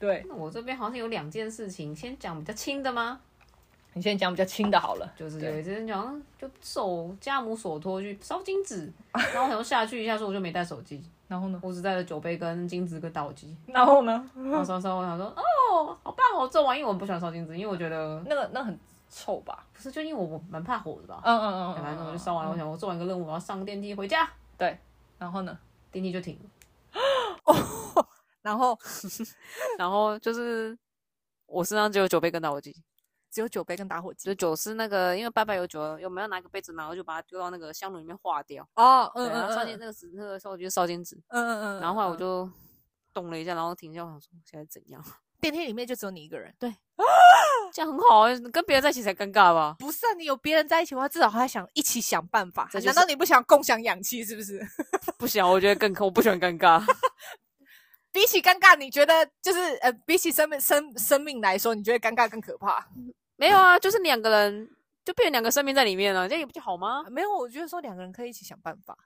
对
那哎我这边好像有两件事情，先讲比较轻的吗？
你先讲比较轻的好了。
就是
对
有一次好像就受家母所托去烧金纸，然后我想说下去一下，说我就没带手机，
然后呢？
我只带了酒杯跟金纸跟打火机，
然后呢？
然后烧烧，我想说哦，好棒哦，做完，因为我不喜欢烧金纸，因为我觉得
那个那很臭吧？
不是，就因为我蛮怕火的吧，哎
嗯嗯嗯嗯
反正
嗯。
我就
嗯
烧完了，我想我做完一个任务，我要上电梯回家，
然后呢？
电梯就停了，
然后
然后就是我身上只有酒杯跟打火机，
只有酒杯跟打火机。
就酒是那个因为拜拜有酒，我们要拿个杯子，然后就把它丢到那个香炉里面化掉，
哦，
对
嗯
然
嗯
后烧
嗯
金那个纸那个烧我就烧金纸。
嗯嗯嗯，
然后后来我
嗯
就动了一下，然后停下，我想说现在怎样？
电梯里面就只有你一个人。
这样很好啊，跟别人在一起才尴尬吧？
不是啊，你有别人在一起的话，至少还想一起想办法。
这就是
难道你不想共享氧气是不是？
不行啊，我觉得更我不喜欢尴尬。
比起尴尬，你觉得就是呃，比起生命生生命来说，你觉得尴尬更可怕？
没有啊，就是两个人就变成两个生命在里面了，这样也不就好吗？
没有，我觉得说两个人可以一起想办法。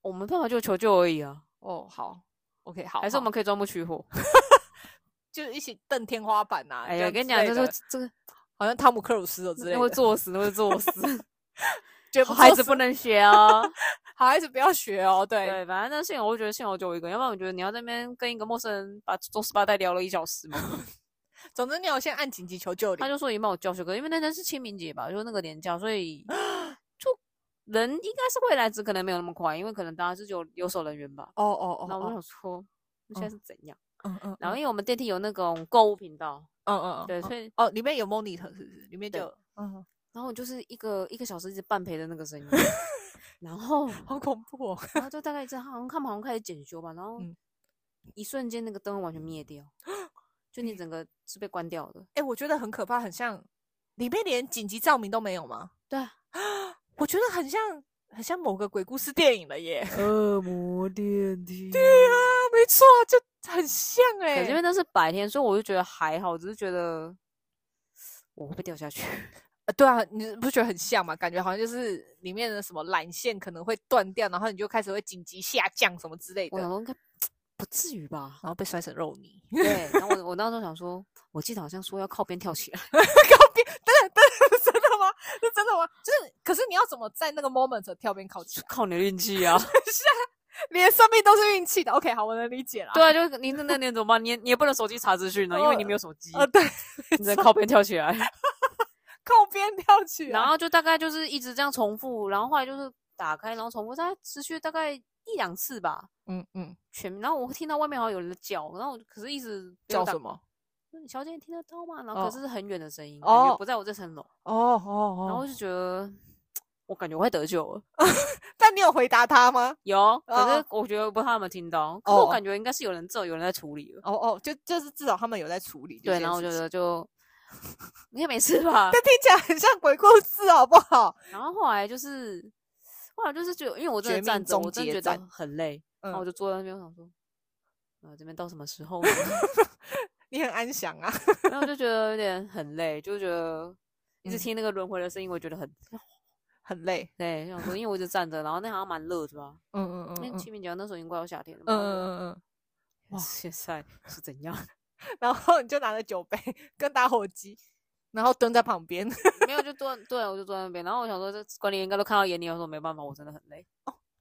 我们办法就求救而已啊，
哦，好，OK，好，
还是我
好
们可以钻木 取火。
就是一起蹬天花板啊？
哎
这
呀，
样
跟
之
你讲，
类
这
的
是这个
好像汤姆克鲁斯哦之类
那
的，
会作死，那会 作死，
觉得
好
不
孩
错
子
是
不能学哦。
好孩子不要学哦。对，
对，反正那幸好我觉得幸好就我一个人，要不然我觉得你要在那边跟一个陌生人把中十八代聊了一小时嘛。
总之你有先按紧急求救
他
铃，
就说已经帮我叫修哥，因为那天是清明节吧，就是那个年假，所以
啊
就人应该是会来，只可能没有那么快，因为可能大家是有留守人员吧。
哦哦哦
然后我就
哦，
想说，那现在是怎样？
嗯嗯，
然后
嗯
因为我们电梯有那种购物频道，
嗯嗯，
对，
嗯
所以
哦，里面有 monitor 是不是？里面就
对
有嗯，
然后就是一个一个小时一直半陪的那个 声音，然后
好恐怖哦。
然后就大概这好像他们好像开始检修吧，然后
嗯
一瞬间那个灯完全灭掉，就你整个是被关掉的。
哎、我觉得很可怕，很像里面连紧急照明都没有吗？
对啊，
我觉得很像，很像某个鬼故事电影了耶。
恶魔电梯。
对啊，没错，就很像哎、
可是因为那是白天，所以我就觉得还好，只是觉得我会被掉下 去。
呃对啊，你不觉得很像吗？感觉好像就是里面的什么缆线可能会断掉，然后你就开始会紧急下降什么之类的，
我想
然
说应该不至于 吧？
后被摔成肉 泥。
对，然后我我那时候想说，我记得好像说要靠边跳起来，
真的吗？是真的吗？就是，可是你要怎么在那个 moment 跳边靠
就
墙？
靠你的运气 啊。
你的生命都是运气的。OK，好，我能理解啦。
对啊，就你那那年怎么办？你也你也不能手机查资 讯呢，啊因为你没有手机，
呃，对，
你只能靠边跳起 来。
靠边跳起来，
然后就大概就是一直这样重复，然后后来就是打开，然后重复，大概持续大概一两次吧。
嗯嗯，
全，然后我听到外面好像有人在叫，然后我就可是一直没有
叫
打
什么？
嗯小姐，你听得到吗？然后
哦
可是是很远的声音，感觉
哦
不在我这层楼，
哦哦哦
然后我就觉得，我感觉我会得救了。
但你有回答他吗？
有，可
哦
是我觉得不知道他有没有听到，可是我
哦
感觉应该是有人做，有人在处理了。
哦哦，就就是至少他们有在处理这件事
对，
情。
然后我觉得就 应该没事吧
这。听起来很像鬼故事，好不好？
然后后来就是，后来就是觉得，因为我真
绝
的
命
站着，我
终
真的
结
觉得
战
很累，然后我
嗯，
就坐在那边，我想说，呃，这边到什么时候呢？
你很安详啊。
然后就觉得有点很累，就觉得一直
嗯
听那个轮回的声音，我觉得很
很累。
累。想说，因为我一直站着，然后那好像蛮热的吧？
嗯嗯
那清明节那时候已经快要夏天了
嗯
嘛。嗯
嗯嗯哇
哇，现在是怎样？
嗯，然后你就拿着酒杯跟打火机，然后蹲在旁边。
没有，就坐，对我就坐在那边。然后我想说，这管理员应该都看到眼里，我说没办法，我真的很累。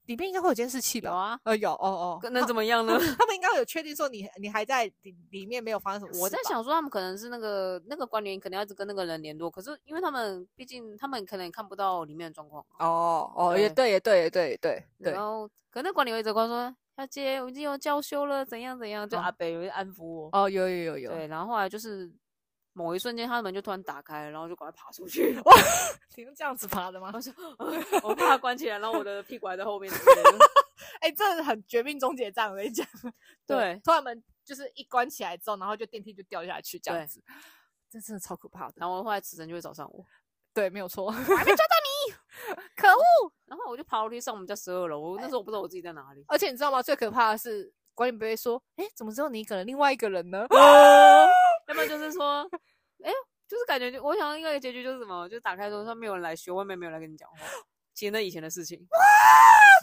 里面应该会有监视器
有
吧？
啊，
呃，有哦哦，
可能怎么样呢？
他们应该有确定说你你还在里里面没有发生什么事吧。
我在想说，他们可能是那个那个管理员，可能要一直跟那个人联络。可是因为他们毕竟他们可能也看不到里面的状况。
哦哦，也对也对也对也对对
然，后，可能那管理员一直跟我说：“小姐，我已经有叫休了，怎样怎样。”就
哦
阿北有点安抚我。
哦有有有有，
对，然后后来就是某一瞬间，他的门就突然打开了，然后就赶快爬出去。
你是这样子爬的吗？
我怕他关起来，然后我的屁股还在后面之类的。
哎，这很绝命终结战，我跟你讲。
对
突然门就是一关起来之后，然后就电梯就掉下去这
对
样子，这真的超可怕的。
然后后来池晨就会找上我，
对，没有错。
可恶！然后我就爬楼梯上我们家十二楼，我那时候我不知道我自己在哪里。
而且你知道吗？最可怕的是管理不会说：“哎，怎么只有你一个人？另外一个人呢？”
要么就是说， 哎、就是感觉就我想一个结局就是什么，就打开之后说没有人来学，外面没有人来跟你讲话。其实那以前的事情。哇！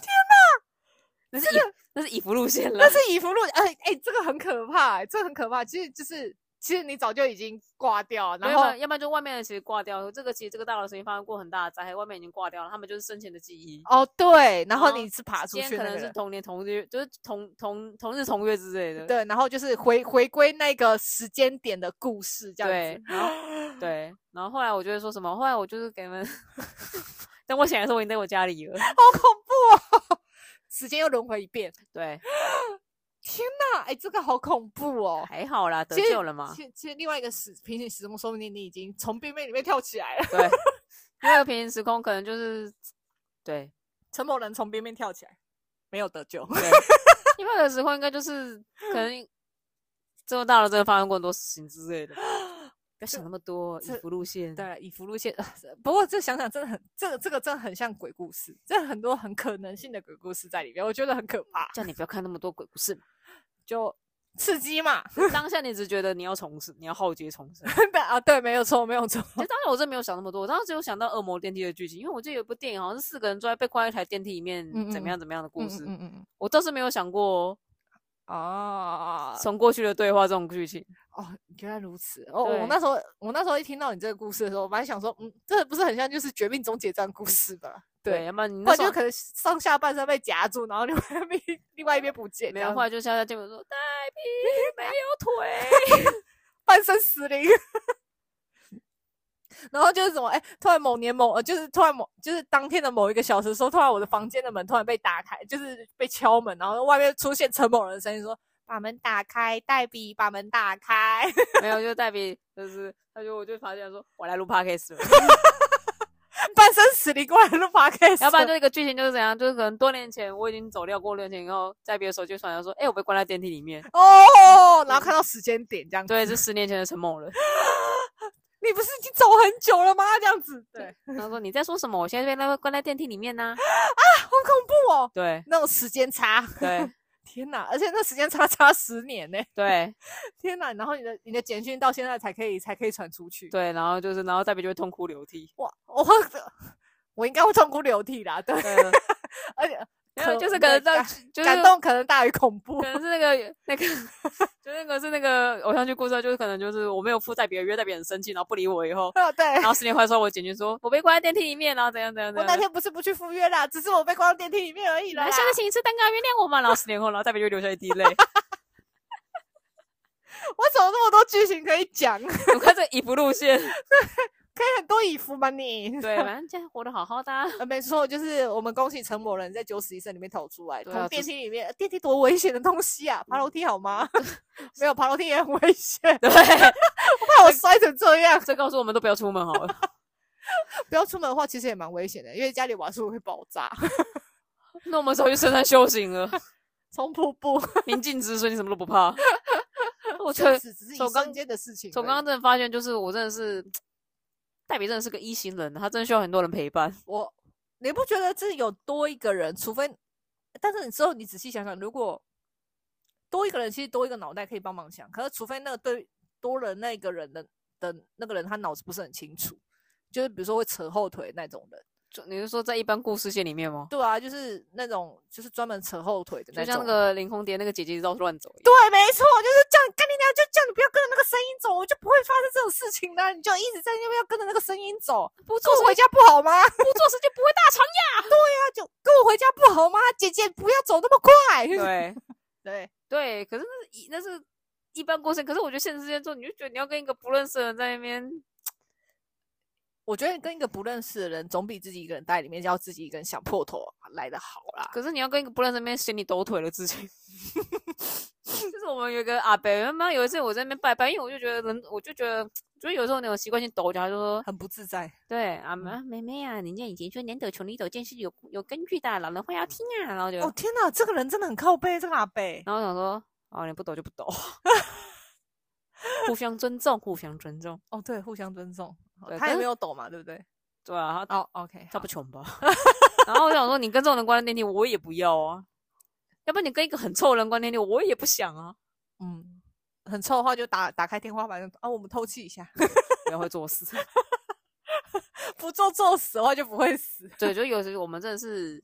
天哪！那是以那是以服路线了
那。是以服路，哎、哎、这个很可怕、哎这个很可怕。其实就是，其实你早就已经挂掉，
然
然后
后要不然，要不然就外面的其实挂掉，这个其实这个大楼曾经发生过很大的灾害，外面已经挂掉了，他们就是生前的记忆。
哦对，然后
后
你是爬出
今天
去
可
那
能
个
是
人，
同年同日，就是同同同日同月之类的。
对，然后就是回回归那个时间点的故事这样
对
子，。
然后 对，然后后来我就会说什么，后来我就是给你们， 等我醒来的时候我已经在我家里了。
好恐怖哦！时间又轮回一遍，
对，
天哪，哎、这个好恐怖哦！
还好啦，得
其实
救了嘛。
其其实另外一个时平行时空，说不定你已经从冰面里面跳起来了。
对，因为平行时空可能就是对
陈某人从冰面 跳起来，没有得救。
对，另外一个时空应该就是可能最后到了这个发生更多事情之类的，不要想那么多，以
这
服路线。
对，以福路线，不过这想想真的很，这个这个真的很像鬼故事，这很多很可能性的鬼故事在里面，我觉得很可怕，
叫你不要看那么多鬼故事嘛，
就刺激嘛。
当下你只觉得你要重生，你要浩劫重生。
对啊，对，没有错，没有错。
其实当时我真没有想那么多，我当时只有想到恶魔电梯的剧情，因为我记得有一部电影好像是四个人坐在被关在一台电梯里面，
嗯
怎
嗯
么样怎么样的故事。
嗯嗯嗯。
我倒是没有想过
哦
从过去的对话这种剧情，
哦，原来如此。哦，我
对
那时候我那时候一听到你这个故事的时候，我本来想说，嗯，这不是很像就是《绝命终结战》故事吧？
对，
对，
要不然你
或者
那时
就
候
是可能上下半身被夹住，然后另外 一边另外一边不见，这
没有，
样
后来就笑笑见面 说：“黛比没有腿。
半身死灵。 然后就是什么，哎、突然某年某，呃，就是突然某，就是当天的某一个小时的时候，突然我的房间的门突然被打开，就是被敲门，然后外面出现陈某人的声音说：“把门打开，黛比，把门打开。”
没有，就黛比就是，他就我就发现说，我来录 podcast 了。
半身死灵过来录 podcast，
要不然 就一个剧情就是怎样，就是可能多年前我已经走掉过六年以后，在别的手机传来说，哎、我被关在电梯里面。
哦，然后看到时间点这样子，
对，是十年前的陈某人。
你不是已经走很久了吗？这样子，对，
他说你在说什么？我现在被那关在电梯里面呢、
好恐怖哦，
对
那种时间差，
对
天哪！而且那时间差 差十年呢、
对
天哪！然后你的你的简讯到现在才可以才可以传出去，
对，然后就是，然后黛比就会痛哭流涕。
哇，我会我应该会痛哭流涕啦，对，
对，
而且
然后
可
就是可
对
能到
感
就是
感动可能大于恐怖，
可，能是那个那个，就那个是那个偶像剧故事，啊就是可能就是我没有付代别人约，代别人生气，然后不理我以后
啊，对
然。后十年后来说我简讯说我被关在电梯里面，然后怎样怎样怎
我
样。
那天不是不去赴约啦，只是我被关到电梯里面而已啦
来。下个星期吃蛋糕，原谅我嘛。然 后十年后，然后代表就流下一滴泪。
我怎么那么多剧情可以讲？ 可
我看这以服路线，
以很多以服吗你？
对，反正现在活得好好的啊、
呃，没错，就是我们恭喜陈某人在九死一生里面逃出来，
对
从、
啊
电
这
梯里面，呃电梯多危险的东西啊！爬楼梯好吗？ 没有，爬楼梯也很危险，
对，
怕我摔成这样。
这告诉我们都不要出门好了。
不要出门的话，其实也蛮危险的，因为家里瓦数会爆炸，
那我们走去深山修行了，
冲瀑 布，
宁静止水，你什么都不怕。 我觉得
只只是一
从刚
瞬间的事情而已。
从刚刚真的发现，就是我真的是黛比真的是个一型人，他真的需要很多人陪伴。
我，你不觉得这有多一个人？除非，但是你之后你仔细想想，如果多一个人，其实多一个脑袋可以帮忙想，可是除非那个对多了那个人的的那个人，他脑子不是很清楚，就是比如说会扯后腿那种人，
就你是说在一般故事线里面吗？
对啊，就是那种就是专门扯后腿的
就
那
像
种
那
人。
个凌空蝶那个姐姐一直到处乱走一样。
对，没错，就是叫你干你娘，就叫你不要跟着那个声音走，我就不会发生这种事情啦。你就一直在那边要跟着那个声音走，
不
跟
做
我
事
回家不好吗？
不做事就不会大肠
那就跟我回家不好吗？姐姐不要走那么快。
炎。 对，
对，
对，可是那是一那是一般过程，可是我觉得现实世界中，你就觉得你要跟一个不认识的人在那边，
我觉得跟一个不认识的人，总比自己一个人待在里面，要自己一个人想破头啊来的好啦。
可是你要跟一个不认识的人在那边嫌你抖腿了之前， 就是我们有一个阿伯，他妈有一次我在那边拜拜，因为我就觉得人，我就觉得。就是有时候那种习惯性抖脚，他就说
很不自在，：“
对啊，妈妹妹啊，人家以前说‘男抖穷，女抖贱’是有有根据的，老人话要听啊。”然后就，
哦天哪，这个人真的很靠背，这个阿贝，
然后我想说：“哦，你不抖就不抖， 互相尊重，互相尊重。
哦对，互相尊重
对，
他
但
也
是
没有抖嘛，对不对？”
对啊，他
哦，OK，
他不穷吧？ 然后我想说，你跟这种人关在电梯，我也不要啊。要不然你跟一个很臭的人关电梯，我也不想啊。
嗯，很臭的话就打打开天花板，啊，我们偷气一 下，
不要会做事。
不做作死的话就不会死。
对，就有时我们真的是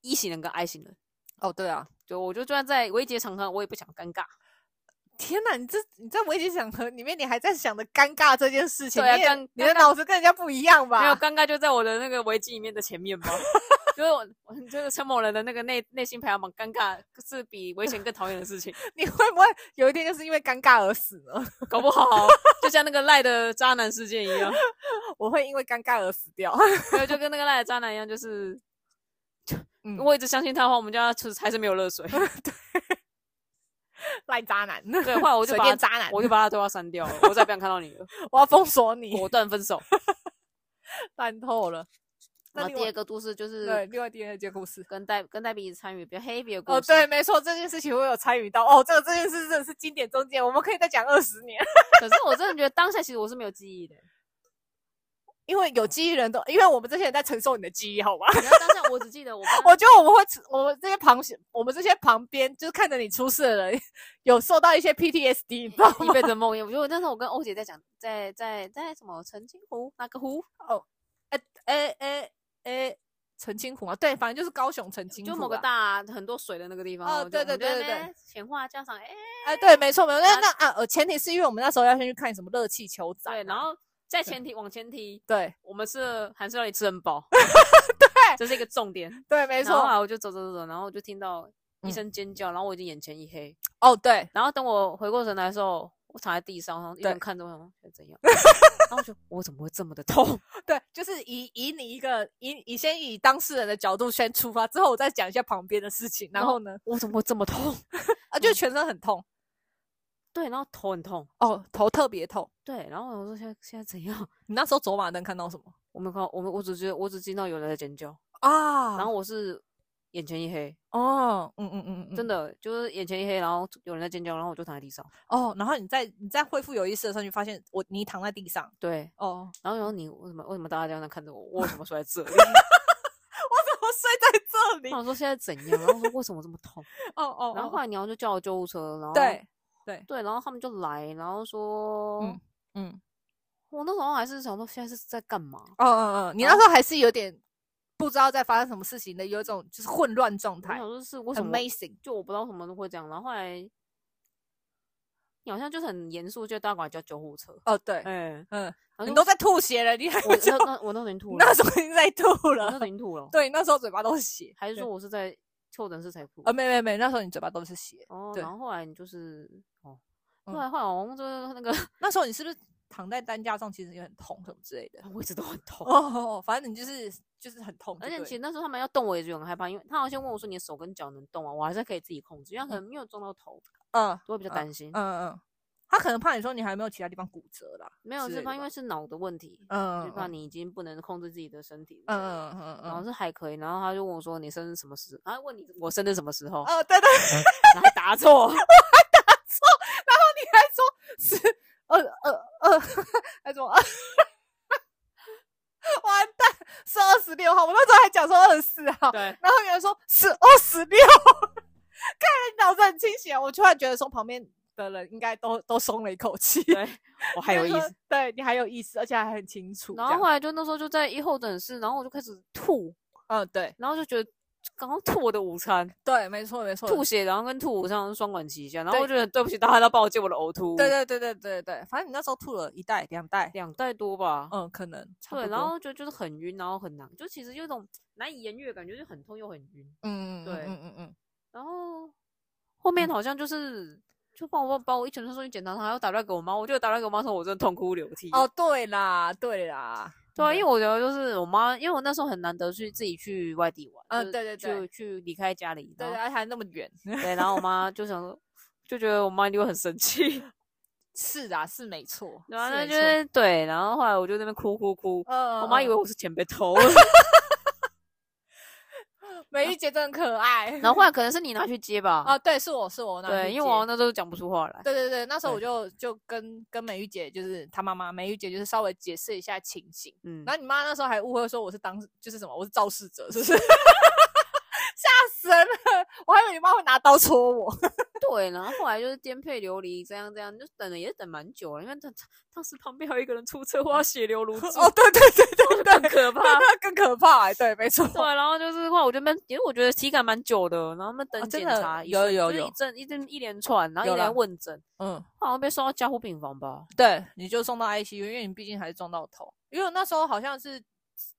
一型人跟 I 型人。
哦，对啊，
就我就就算在危机的场合，我也不想尴尬。
天哪，你这你在危机场合里面，你还在想着尴尬这件事情，
对啊
你也
尴
你的
尴尬
脑子跟人家不一样
没有
吧？
尴尬就在我的那个危机里面的前面 吧。就是我，我这个陈某人的那个内内心排行榜，尴尬是比危险更讨厌的事情。
你会不会有一天就是因为尴尬而死呢？
搞不好就像那个赖的渣男事件一样，
我会因为尴尬而死 掉。
没有就跟那个赖的渣男一样，就是
嗯
如果一直相信他的话，我们家就是还是没有热 水。
赖渣 男，
对，后来我就
随
把
便
他
渣男，
我就把他对话删掉了，我再也不想看到你了，
我要封锁你，
果断分手。
烂透了。那
然后
另
第
外
二个故事就是
对，另外第二件故事。
跟黛跟黛比一起参与比较 heavy 的故事。
哦，对，没错，这件事情我有参与到。哦，这个这件事真的是经典中间，我们可以再讲二十年，
可是我真的觉得当下其实我是没有记忆的，
因为有记忆人都，因为我们这些人在承受你的记忆，好吗？
然后当下我只记得我跟
我觉得我们会吃，我们这些旁，我们这些旁边就是看着你出事的人， 有受到一些 PTSD，你知道
一
吗？
辈子梦魇。 我觉得那时候我跟欧姐在讲，在在在什么澄清湖那个湖，
哎哎哎哎，澄清湖啊，对，反正就是高雄澄清湖吧，
就某个大很多水的那个地方。
哦
我就
对对
我们在
对
那
对
边闲话家常，哎，
哎，对，没错没错。那
啊
那啊，呃，前提是因为我们那时候要先去看什么热气球展啊，
对，然后在前提往前提，
对
我们是韩式料理吃 很饱，
对
这是一个重点。
对，没
然后
错，
啊，我就走走走走，然后我就听到一
嗯
声尖叫，然后我已经眼前一黑，
哦对，
然后等我回过神来的时候，我躺在地上，然后一
对
人看着我，想说现在 怎样？然后我就我怎么会这么的痛？
对，就是以以你一个以以先以当事人的角度先出发，之后我再讲一下旁边的事情，然
然后
后呢，
我怎么会这么痛？
啊，就全身很痛，
对，然后头很痛，
哦，头特别痛。
对，然后我说现在现在怎样？
你那时候走马灯看到什么
我没看到，我没我只觉得我只听到有人在尖叫，
啊
然后我是眼前一黑，
哦，嗯嗯嗯嗯，
真
的
的就是眼前一黑，然后有人在尖叫，然后我就躺在地上，
哦，然后你在你在恢复有意识的时候，你发现我你躺在地上
对，
哦，
然后然后你为什么为什么大家这样看着我？我为什么睡在这里？
我睡在这里
然后我说现在怎样？然后我说为什么这么痛？
哦 哦，
然后后
哦
来鸟就叫了救护车，然后
对，
对，然后他们就来，然后说。
嗯嗯。
我那时候还是想说，现在是在干嘛？
哦哦哦，你那
然
时候还是有点不知道在发生什么事情的，有一种就是混乱状
我
态
想说是为什么？
，amazing。
就我不知道为什么会这样。然后后来，你好像就是很严肃，就大家过来叫救护车。
哦，对，
哎、
嗯，
然后
你
就
都在吐血了，你还
我
会
那
说
那我那时候已经吐
你
了，
那时候已经在吐
我那时
了
候，已经吐了，
对，那时候嘴巴都是血，
还是
对
说我是在确诊室才吐？
啊，没没没，那时候你嘴巴都是血，
哦，
对
然后后来你就是哦，
嗯
后来后来好像就是那个，
那时候你是不是躺在担架上，其实也很痛什么之类的？
我一直都很痛。
哦哦，哦反正你就是就是很痛就
而
对
且
了，
其实那时候他们要动我也是很害怕，因为他好像问我说你的手跟脚能动吗？我还是可以自己控制，因为他可能没有撞到头，
嗯
我会比较担心。
嗯嗯，他可能怕你说你还没有其他地方骨折啦，
没有
之
是
类的
怕因为是脑的问题，
嗯
就怕你已经不能控制自己的身体。
嗯嗯嗯嗯
然后
嗯，
是还可以，然后他就问我说你生日什么时候？他问你我生日什么时候？
哦，对对，
然后还答 错，
你还说是呃呃呃，还说呃， 完蛋是二十六号，我那时候还讲说二十四号，
对，
然后有人说是二十六， 看来你脑子很清醒啊。我突然觉得说旁边的人应该都都松了一口气，
对我还有意
就是
思
说。，对你还有意思，而且还很清楚这
然
样。
后后来就那时候就在一候诊室，然后我就开始吐，
嗯，对
然后就觉得刚刚吐我的午餐，
对，没错没错，
吐血，然后跟吐午餐双管齐下，然后
对
我就觉得对不起大家都帮我借我的呕吐，
对，对对对对对，反正你那时候吐了一袋两袋，
两袋多吧，
嗯，可能差不
对，
多。
然后就就是很晕，然后很难，就其实有一种难以言喻的感觉，就很痛又很晕。
嗯，嗯
对
嗯嗯嗯，
然后后面好像就是就帮我把我一全身送去检查，他还要打电话给我妈，我就打电话给我妈说，我真的痛哭流涕。
哦，，对啦对啦，
对啊，因为
为
我觉得就是我妈，因为我那时候很难得去自己去外地玩，
嗯
就是
对对对
去去离开家里，
对啊对，
然后
而且还那么远，
对，然后我妈就想说， 就觉得我妈一定会很生 气，
是啊，是没错，
然后
是
她
没
就
错
是对，然后后来我就在那边哭哭哭，
呃
我妈以为我是钱被偷了，
嗯美丽姐真的很可爱。
然后后来可能是你拿去接吧，
啊，对，是我是我，我拿去
对，因为
接
我那时候讲不出话来，
对对对，那时候我
对
就就跟跟美玉姐，就是她妈妈，美玉姐就是稍微解释一下情形。
嗯
然，后你妈那时候还误会说我是当就是什么，我是肇事者，是不是？ 吓死人了！我还以为你妈会拿刀戳 我。
对，然后后来就是颠沛流离，这样这样，就等了也等蛮久了，因为当当时旁边还有一个人出车祸，血流如注，
哦，对对对对对，
很可怕。
那更可怕、欸。对，没错。
对，啊然后就是话，我觉得蛮，因为我觉得体感蛮久哦的，然后们等
啊真
检
的
查，一
有
瞬
有
就是
有
一阵一阵一连串，然后
有
一连
啦
问诊，
嗯，
好像被送到加护病房吧。
对，你就送到 ICU，因为你毕竟还是撞到头。因为我那时候好像是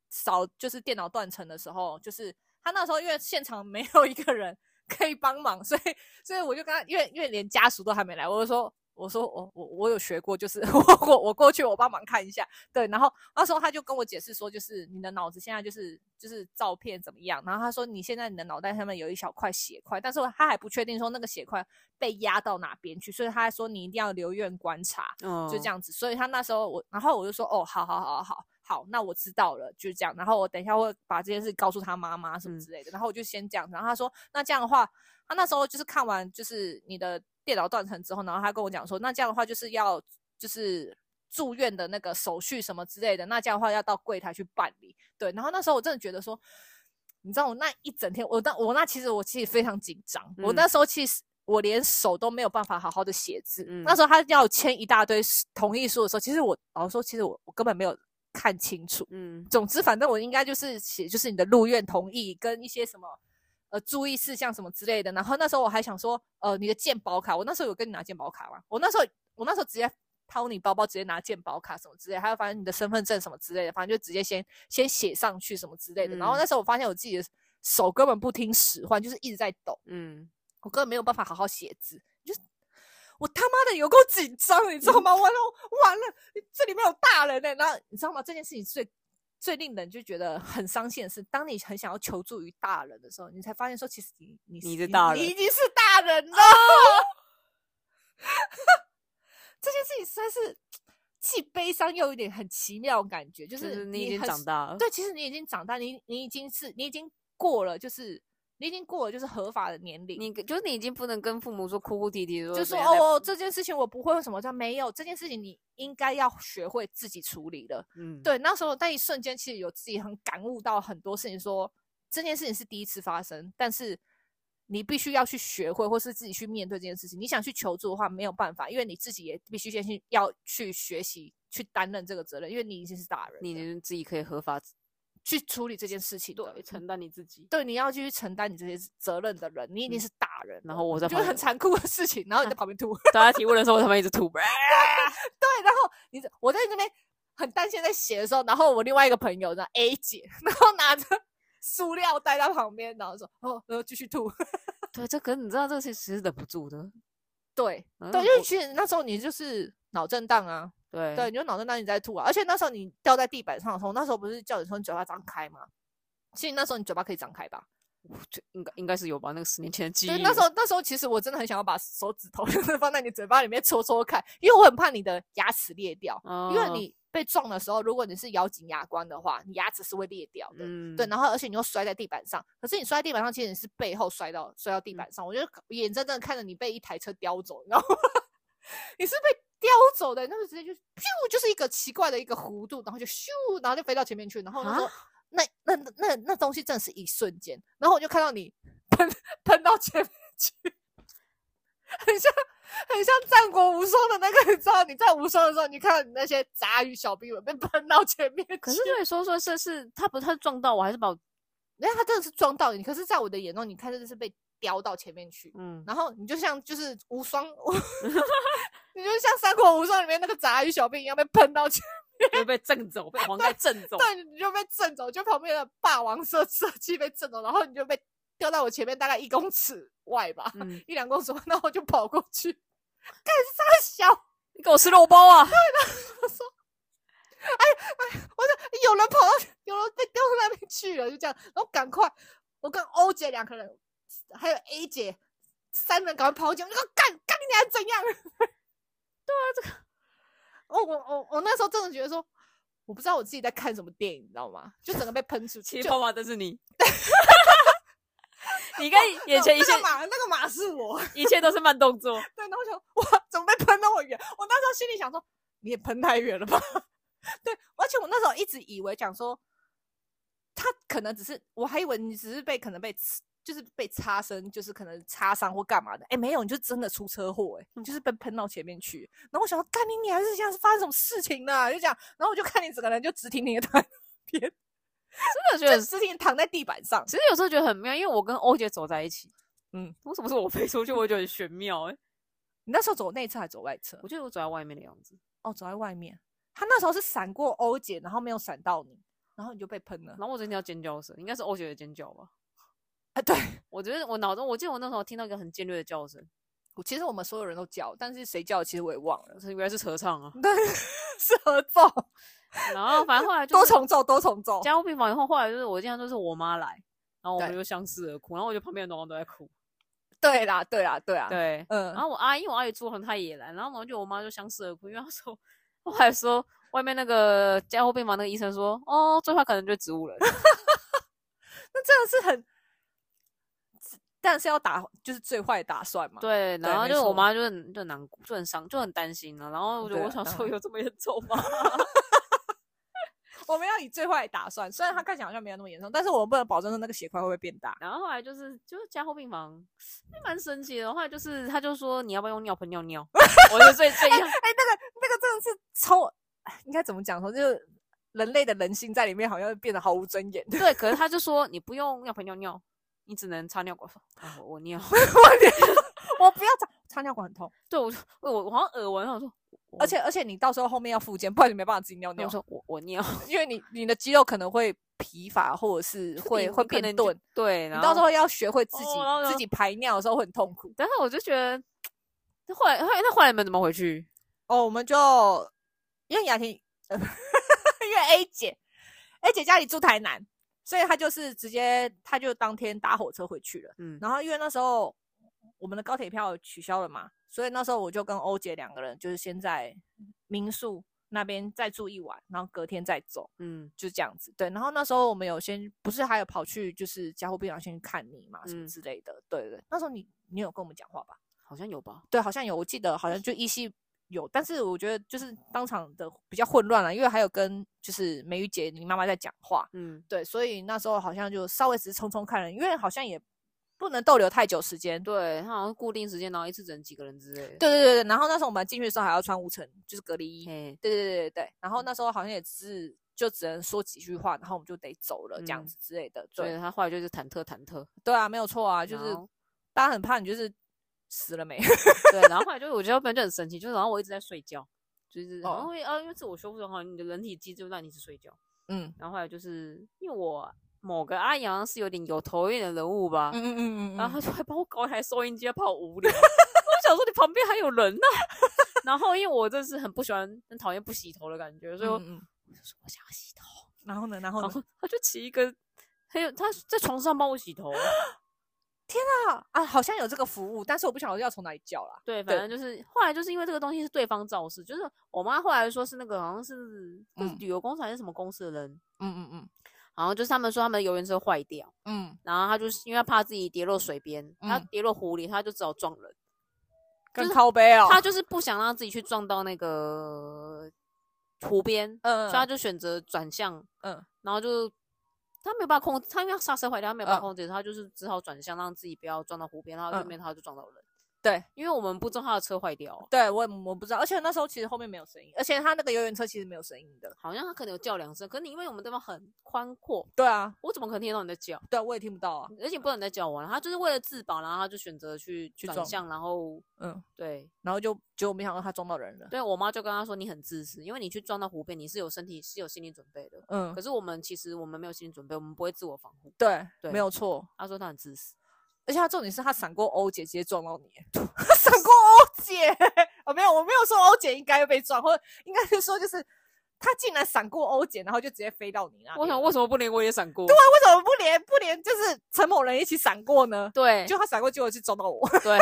扫就是电脑断层的时候，就是他那时候因为现场没有一个人可以帮忙，所以所以我就跟他，因为因为连家属都还没来，我就说。我说我我我有学过，就是 我我我过去我帮忙看一下，对，然后那时候他就跟我解释说，就是你的脑子现在就是就是照片怎么样，然后他说你现在你的脑袋上面有一小块血块，但是他还不确定说那个血块被压到哪边去，所以他还说你一定要留院观察，
嗯
哦就这。样子。所以他那时候我，然后我就说，哦，好好好好好，好，那我知道了，就是这样。然后我等一下会把这件事告诉他妈妈什么
嗯
之类的。然后我就先这样子。然后他说，那这样的话，他那时候就是看完就是你的电脑断层之后，然后他跟我讲说，那这样的话就是要就是住院的那个手续什么之类的，那这样的话要到柜台去办理。对，然后那时候我真的觉得说，你知道我那一整天，我那我那其实我其实非常紧张，我
嗯
那时候其实。我连手都没有办法好好的写字，
嗯
那时候他要签一大堆同意书的时候，其实我老实说，其实我我根本没有看清楚，
嗯
总之，反正我应该就是写，就是你的入院同意跟一些什么呃注意事项什么之类的。然后那时候我还想说，呃，你的健保卡，我那时候有跟你拿健保卡吗？我那时候我那时候直接掏你包包，直接拿健保卡什么之类的还有反正你的身份证什么之类的，反正就直接先先写上去什么之类的。然后
嗯
那时候我发现我自己的手根本不听使唤，就是一直在抖，
嗯，
我根本没有办法好好写字，就是我他妈的有够紧张，你知道吗？完了完了，这里面有大人呢、然后你知道吗？这件事情最最令人就觉得很伤心的是，当你很想要求助于大人的时候，你才发现说，其实你你
你是大
你
人
已经是大人了。 这件事情实在是既悲伤又有点很奇妙的感觉，就
就是是你已经
很
长大了，
对，其实你已经长大，你你已经是你已经过了，就是你已经过了就是合法的年龄。
你就是你已经不能跟父母说哭哭啼啼说
就
怎
说
样怎样，
哦，这件事情我不会，为什么？他没有这件事情，你应该要学会自己处理了。
嗯，
对，那时候那一瞬间，其实有自己很感悟到很多事情说这件事情是第一次发生，但是你必须要去学会，或是自己去面对这件事情。你想去求助的话，没有办法，因为你自己也必须先去要去学习去担任这个责任，因为你已经是大人了，
你已经自己可以合法
去处理这件事情的
对承担你自己，
对，你要去承担你这些责任的人，你已经是大人了，
嗯然后我在
就
旁
是
边
很残酷的事情，然后你 在旁边吐。
大家提问的时候，他们一直 吐，
对，然后你知我在那边很担心在写的时候，然后我另外一个朋友呢 A 姐， 然后拿着塑料袋在旁边，然后说哦，然后继续吐。
对，这可是你知道，这个其实是忍不住的，
对
嗯
对，因为
我
其实那时候你就是脑震荡啊，
对
对，你就脑震荡你在吐啊，而且那时候你掉在地板上的时候，那时候不是叫你说你嘴巴张开吗？其实那时候你嘴巴可以张开吧？
就应该应该是有吧，那个十年前的记忆
对，
了，
那时候那时候其实我真的很想要把手指头 就是放在你嘴巴里面戳戳看，因为我很怕你的牙齿裂掉，
哦，
因为你被撞的时候，如果你是咬紧牙关的话，你牙齿是会裂掉的。
嗯
对，然后而且你又摔在地板上，可是你摔在地板上，其实你是背后摔到摔到地
嗯
板上，我就眼睁睁地看着你被一台车叼走，你知道吗？ 你是被叼走的，那个直接就咻，就是一个奇怪的一个弧度，然后就咻，然后就飞到前面去，然后那时候
啊
那那那那那东西真的是一瞬间，然后我就看到你喷喷到前面去，很像很像战国无双的那个，你知道你在无双的时候，你看到你那些杂鱼小兵们被喷到前面去，
可是对说说这是他不他撞到我，还是把我
人家他真的是撞到你，可是在我的眼中，你看真的是被叼到前面去，
嗯
然后你就像就是无双， 你就像三国无双里面那个杂鱼小兵一样被喷到前
就被震走，被黄盖震走，
面， 你就被震走，就旁边的霸王色射击被震走，然后你就被掉到我前面大概一公尺外吧，
嗯，
一两公尺外，然后我就跑过去， 看他小，
你给我吃肉包 啊！
我说有人跑到，有人被丢到那边去了，就这样，然后赶快，我跟欧姐两个人，还有 A 姐，三人赶快跑进，我就说干干你还怎样？对啊， 这个，
啊
我我我我那时候真的觉得说，我不知道我自己在看什么电影，你知道吗？就整个被喷出去，
骑
就
跑马灯是 你，你看
哦
眼前一
那
切
个马那个马是我，
一切都是慢动 作，
对，然后我想哇，怎么被喷那么远？我那时候心里想说，你也喷太远了吧？ 对，而且我那时候一直以为讲说，他可能只是，我还以为你只是被可能被刺就是被擦伤，就是可能擦伤或干嘛的。哎，没有，你就真的出车祸、哎，你就是被喷到前面去。然后我想说，干你你还是像是发生什么事情呢、就这样，然后我就看你整个人就直挺挺的躺在那边，
真的觉
就
得
直挺挺躺在地板上。
其实有时候觉得很妙，因为我跟欧姐走在一起，
嗯
嗯，为什么是我飞出去，我觉得很玄妙哎、
你那时候走内侧还是走外侧？
我觉得我走在外面的样子，
哦，走在外面。他那时候是闪过欧姐，然后没有闪到你，然后你就被喷了
然。后我真的要尖叫声，应该是欧姐的尖叫吧？
啊，对，
我觉得我脑中，我记得我那时候听到一个很尖锐的叫声，
我其实我们所有人都叫，但是谁叫其实我也忘了
我。说原来是合唱啊。
对， 是合奏，
然后反正后来就
多
是
重奏，多重奏。
加护病房以后，后来就是我经常都是我妈来，然后我们
对
就相视而哭，然后我觉得旁边的同学都在哭，
对啦，对啦，对啊，
对，
嗯
然，后我阿姨，我阿姨住很她也来，然后我就我妈就相视而哭，因为她说，我还说外面那个加护病房那个医生说，哦，最坏可能就是植物人。
那真的是很，但是要打就是最坏打算嘛。
对，
对
然后
没
就
错
我妈就很就很难过，就很伤，就很担心了、然后我就
对
我
啊
想
当
说，
然
有这么严重吗？
我们要以最坏打算，虽然它看起来好像没有那么严重，但是我们不能保证说那个血块会不会变大。
然后后来就是就是加护病房，那蛮神奇的。后来就是他就说你要不要用尿盆 尿尿？我就最最一
哎、
样，
那个那个真的是超，哎应该怎么讲说，就是人类的人性在里面好像变得毫无尊严。
对，可是他就说你不用尿盆尿尿，你只能插尿管。啊我我 尿，
我不要插插尿管很痛，
对我就我我好像耳闻，我说我
而且而且你到时候后面要复健，不然你没办法自己尿
我
尿，
说我我尿
因为你你的肌肉可能会疲乏，或者是会会变，
就你你可能
钝
就。对，
你
然
到时
后
候要学会自己、
哦然后
自己排尿的时候会很痛苦。
但是我就觉得，那后来后来那后来你们怎么回去？
哦，我们就因为雅婷， 呃因为 A 姐，A 姐家里住台南，所以她就是直接，她就当天搭火车回去了。
嗯，
然后因为那时候我们的高铁票取消了嘛，所以那时候我就跟欧姐两个人就是先在民宿那边再住一晚，然后隔天再走，
嗯
就这样子。对，然后那时候我们有先不是还有跑去就是加护病房先去看你嘛，什么
嗯
之类的。对对，那时候你你有跟我们讲话吧？
好像有吧。
对，好像有，我记得好像就依稀有，但是我觉得就是当场的比较混乱了，因为还有跟就是美雨姐你妈妈在讲话，
嗯，
对，所以那时候好像就稍微只是匆匆看了，因为好像也不能逗留太久时间。对
对他好像固定时间，然后一次只能几个人之类的。
对对对，然后那时候我们进去的时候还要穿无尘，就是隔离衣。
嘿，
对对对对对，然后那时候好像也是就只能说几句话，然后我们就得走了这样
嗯
子之类的。
所
对
以他后来就是忐忑忐忑，
对啊，没有错啊，就是
然后
大家很怕你就是死了没，
对，然后后来就是我觉得本来就很神奇，就是然后我一直在睡觉，就是然
哦
后会啊，因为自我修复很好，你的人体机制就让你一直睡觉。
嗯
然后后来就是因为我某个阿姨好像是有点有头有脸的人物吧，
嗯嗯嗯嗯，
然后他就还帮我搞一台收音机，啊怕我无聊。 我想说你旁边还有人呢、 然后因为我真是很不喜欢、很讨厌不洗头的感觉，所以我
嗯嗯嗯
我就说我想要洗头，
然后呢，然后
然
呢，
后他就骑一个，还有他在床上帮我洗头。
啊啊，好像有这个服务，但是我不晓得要从哪里叫啦。
对，
对
反正就是后来就是因为这个东西是对方肇事，就是我妈后来说是那个好像是就是
嗯
旅游公司还是什么公司的人，
嗯嗯
然后就是他们说他们的游园车坏掉，
嗯嗯，
然后他就是因为他怕自己跌落水边，他
嗯
跌落湖里，他就只好撞人，
跟
是
靠背哦，
他就是不想让自己去撞到那个湖边，
嗯
所以他就选择转向，
嗯
然后就他没有办法控制，他因为刹车坏掉，他没有办法
嗯
控制，他就是只好转向，让自己不要撞到湖边，然后
嗯
这边他就撞到人，
对
因为我们不知道他的车坏掉，
对，我也我不知道，而且那时候其实后面没有声音，而且他那个游园车其实没有声音的。
好像他可能有叫两声，可是你因为我们地方很宽阔，
对啊，
我怎么可能听得到你在叫？
对啊，我也听不到啊。
而且不知道你在叫我啊，他就是为了自保，然后他就选择去
去
转
撞
向，然后
嗯，
对
然后就结果没想到他撞到人了。
对，我妈就跟他说你很自私，因为你去撞到湖边，你是有身体是有心理准备的。
嗯
可，是我们其实我们没有心理准备，我们不会自我防护。
对，
对
没有错。
他说他很自私，
而且他重点是他闪过欧姐，直接撞到你，他闪过欧姐。哦，没有，我没有说欧姐应该会被撞，或应该是说就是他竟然闪过欧姐，然后就直接飞到你那边。
我想为什么不连我也闪过？
为什么不连不连就是陈某人一起闪过呢？
对
就他闪过，结果是撞到我，
对，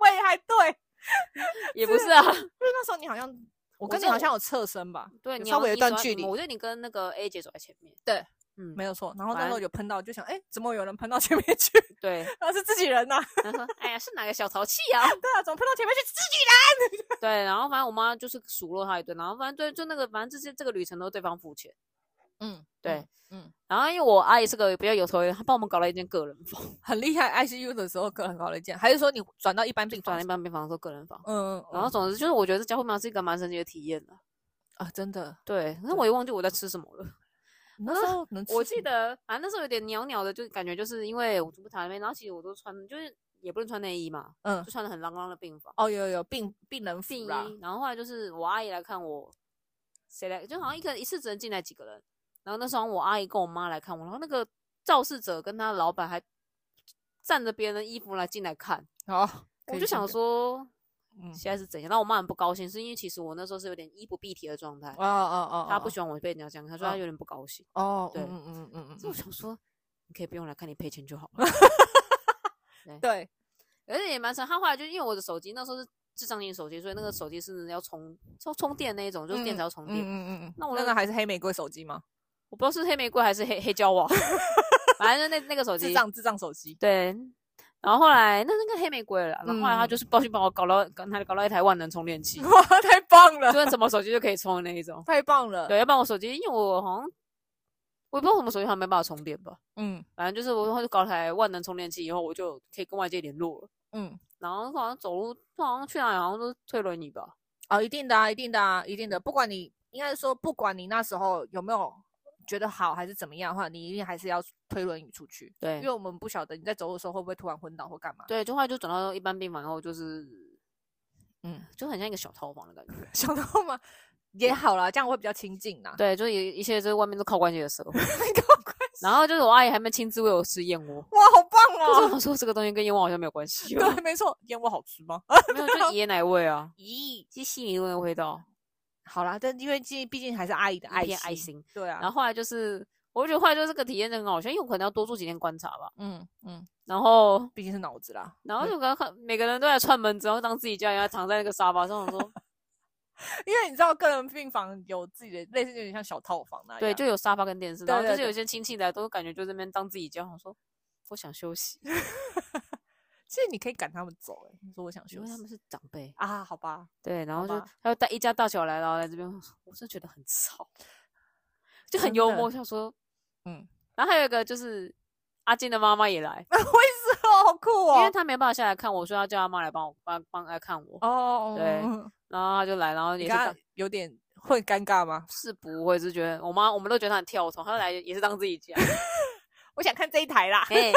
我也还对，因
也不 是啊，
为那时候你好像，我跟
我嗯
你
就
好像有侧身吧？
对
有
你
稍
好
微有
像
一段
你走在
距
你
离
我觉得你跟那个 A 姐走在前 面，
对，
嗯，
没有错。然后
反
那时候
正
有喷到，就想，哎、怎么有人喷到前面去？
对，
然后是自己人呐、
他说哎呀是哪个小淘气啊？
对啊，怎么喷到前面去？ 自己
对，然后反正我妈就是数落他一顿，然后反正对就那个反正这些这个旅程都对方付钱，
人，嗯，
对，
嗯，
然后因为我阿姨是个比较有头有脸，她帮我们搞了一间个人房，
很厉害。ICU 的时候可能搞了一件，还是说你转到一般病
转
房
了一？般病房做个人房，
嗯，
然后总之就是我觉得交互庙是一个蛮神奇的体验的，
啊，真的，
对，那我也忘记我在吃什么了。
你那时候能吃
啊我
什
记
么
得，反正那时候有点袅袅的，就感觉就是因为我住不台那边，然后其实我都穿，就是也不能穿内衣嘛，
嗯
就，穿的很浪浪的病房
哦，有有有病病人服
病
啦，
衣。然后后来就是我阿姨来看我，谁来，就好像一个一次只能进来几个人。然后那时候我阿姨跟我妈来看我，然后那个肇事者跟他老板还站着别人的衣服来进来看，
好，可
我
以
就想
进
说
嗯
现在是怎样。然后我妈很不高兴，是因为其实我那时候是有点衣不蔽体的状态
去，，哦哦哦，
她不
哦
喜欢我被人家这样，她说她
哦
有点不高兴。
哦，
对
嗯嗯嗯嗯
所
嗯
以我，想说，你可以不用来看，你赔钱就好了。
对，
而且也蛮神，他后来就因为我的手机那时候是智障型手机，所以那个手机是要充要充电那一种，就是电池要充
嗯
电。
嗯嗯嗯。
那我
那
那
个还是黑玫瑰手机吗？
我不知道是黑玫瑰还是黑黑 胶啊，反正就那那个手机
智障智障手机。
对。然后后来那那个黑玫瑰了啦，然后后来他
嗯
就是抱去帮我搞到，搞他搞到一台万能充电器，
哇，太棒了
就，是怎么手机就可以充的那一种。
太棒了。
对，要不然我手机，因为我好像我也不知道为什么手机好像没办法充电吧，
嗯
反正就是我后就搞台万能充电器以后，我就可以跟外界联络了。
嗯，
然后好像走路，好像去哪里好像都是推轮椅吧。
哦，一定的啊，一定的啊，一定的。不管你应该说，不管你那时候有没有觉得好还是怎么样的话，你一定还是要推轮椅出去，因
对
为我们不晓得你在走路的时候会不会突然昏倒或干嘛。
对，就后来就转到一般病房以后，就是
嗯，
就很像一个小套房的感觉。
想到吗？也好啦，这样会比较亲近啦。
对，就一一切就是外面都靠关系的社会。
对，
然后就是我阿姨还没亲自喂我吃燕窝，
哇，好棒
可是我
哦！
想说这个东西跟燕窝好像没有关系哦，
对，没错，燕窝好吃吗？
没有就爷奶味 啊，
咦，
鸡西米味的味道，
好啦，但因为毕毕竟还是阿姨的爱
一
心
片，爱，心。
对啊，
然后后来就是，我就觉得后来就是这个体验真的很好笑，因为我可能要多住几天观察吧。
嗯嗯，
然后，
毕竟是脑子啦，
然后就刚看每个人都在串门子，然后当自己家人，然后躺在那个沙发上， 我说，
因为你知道个人病房有自己的类似有点像小套房那样，
哎对，就有沙发跟电视，然后
对
就
对
是有
对
些亲戚来都感觉就这边当自己家，我说我想休 息，
其实你可以赶他们走、欸，你说我想
因
休
为他们
息
是长辈，
啊，好 吧，
对，然后就
吧
他就带一家大小来，然后来这边， 我真的觉得很吵，就很
真
幽
的
默，我想说，
嗯，
然后还有一个就是阿金的妈妈也来，
为什么好酷哦？
因为她没办法下来看我，所以要叫她妈来帮我帮帮来看我，
哦，
对
嗯
然后她就来，然后
你
也是当
刚有点会尴尬吗？
是不会，是觉得我妈我们都觉得她很跳脱，她来
嗯
也是当 自己家，
我想看这一台啦，啊，
哎，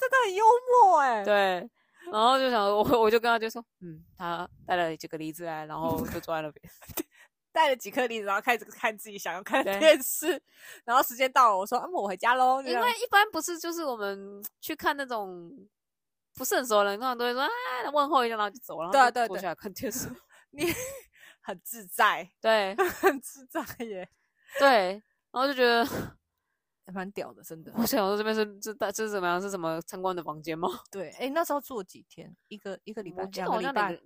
真的很幽默哎、
对。然后就想我，我就跟她就说，嗯，她带了几个梨子来，然后 就坐在那边。
带了几颗梨子，然后开始看自己想要看的
对
电视，然后时间到了，我说啊，我回家喽，
因为一般不是就是我们去看那种不是很熟的人，通常都会说啊问候一下，然后就走，然后
对啊
就
对啊
坐
对
下来看 电视。
你很自在，
对
很自在耶，
对，然后就觉得
蛮屌的，真的。
我想说这边是这大这是怎么样？是什么参观的房间吗？
对，哎、那时候住了几天？一个一个礼拜
我，记得
两个
好
礼
像两
拜
个。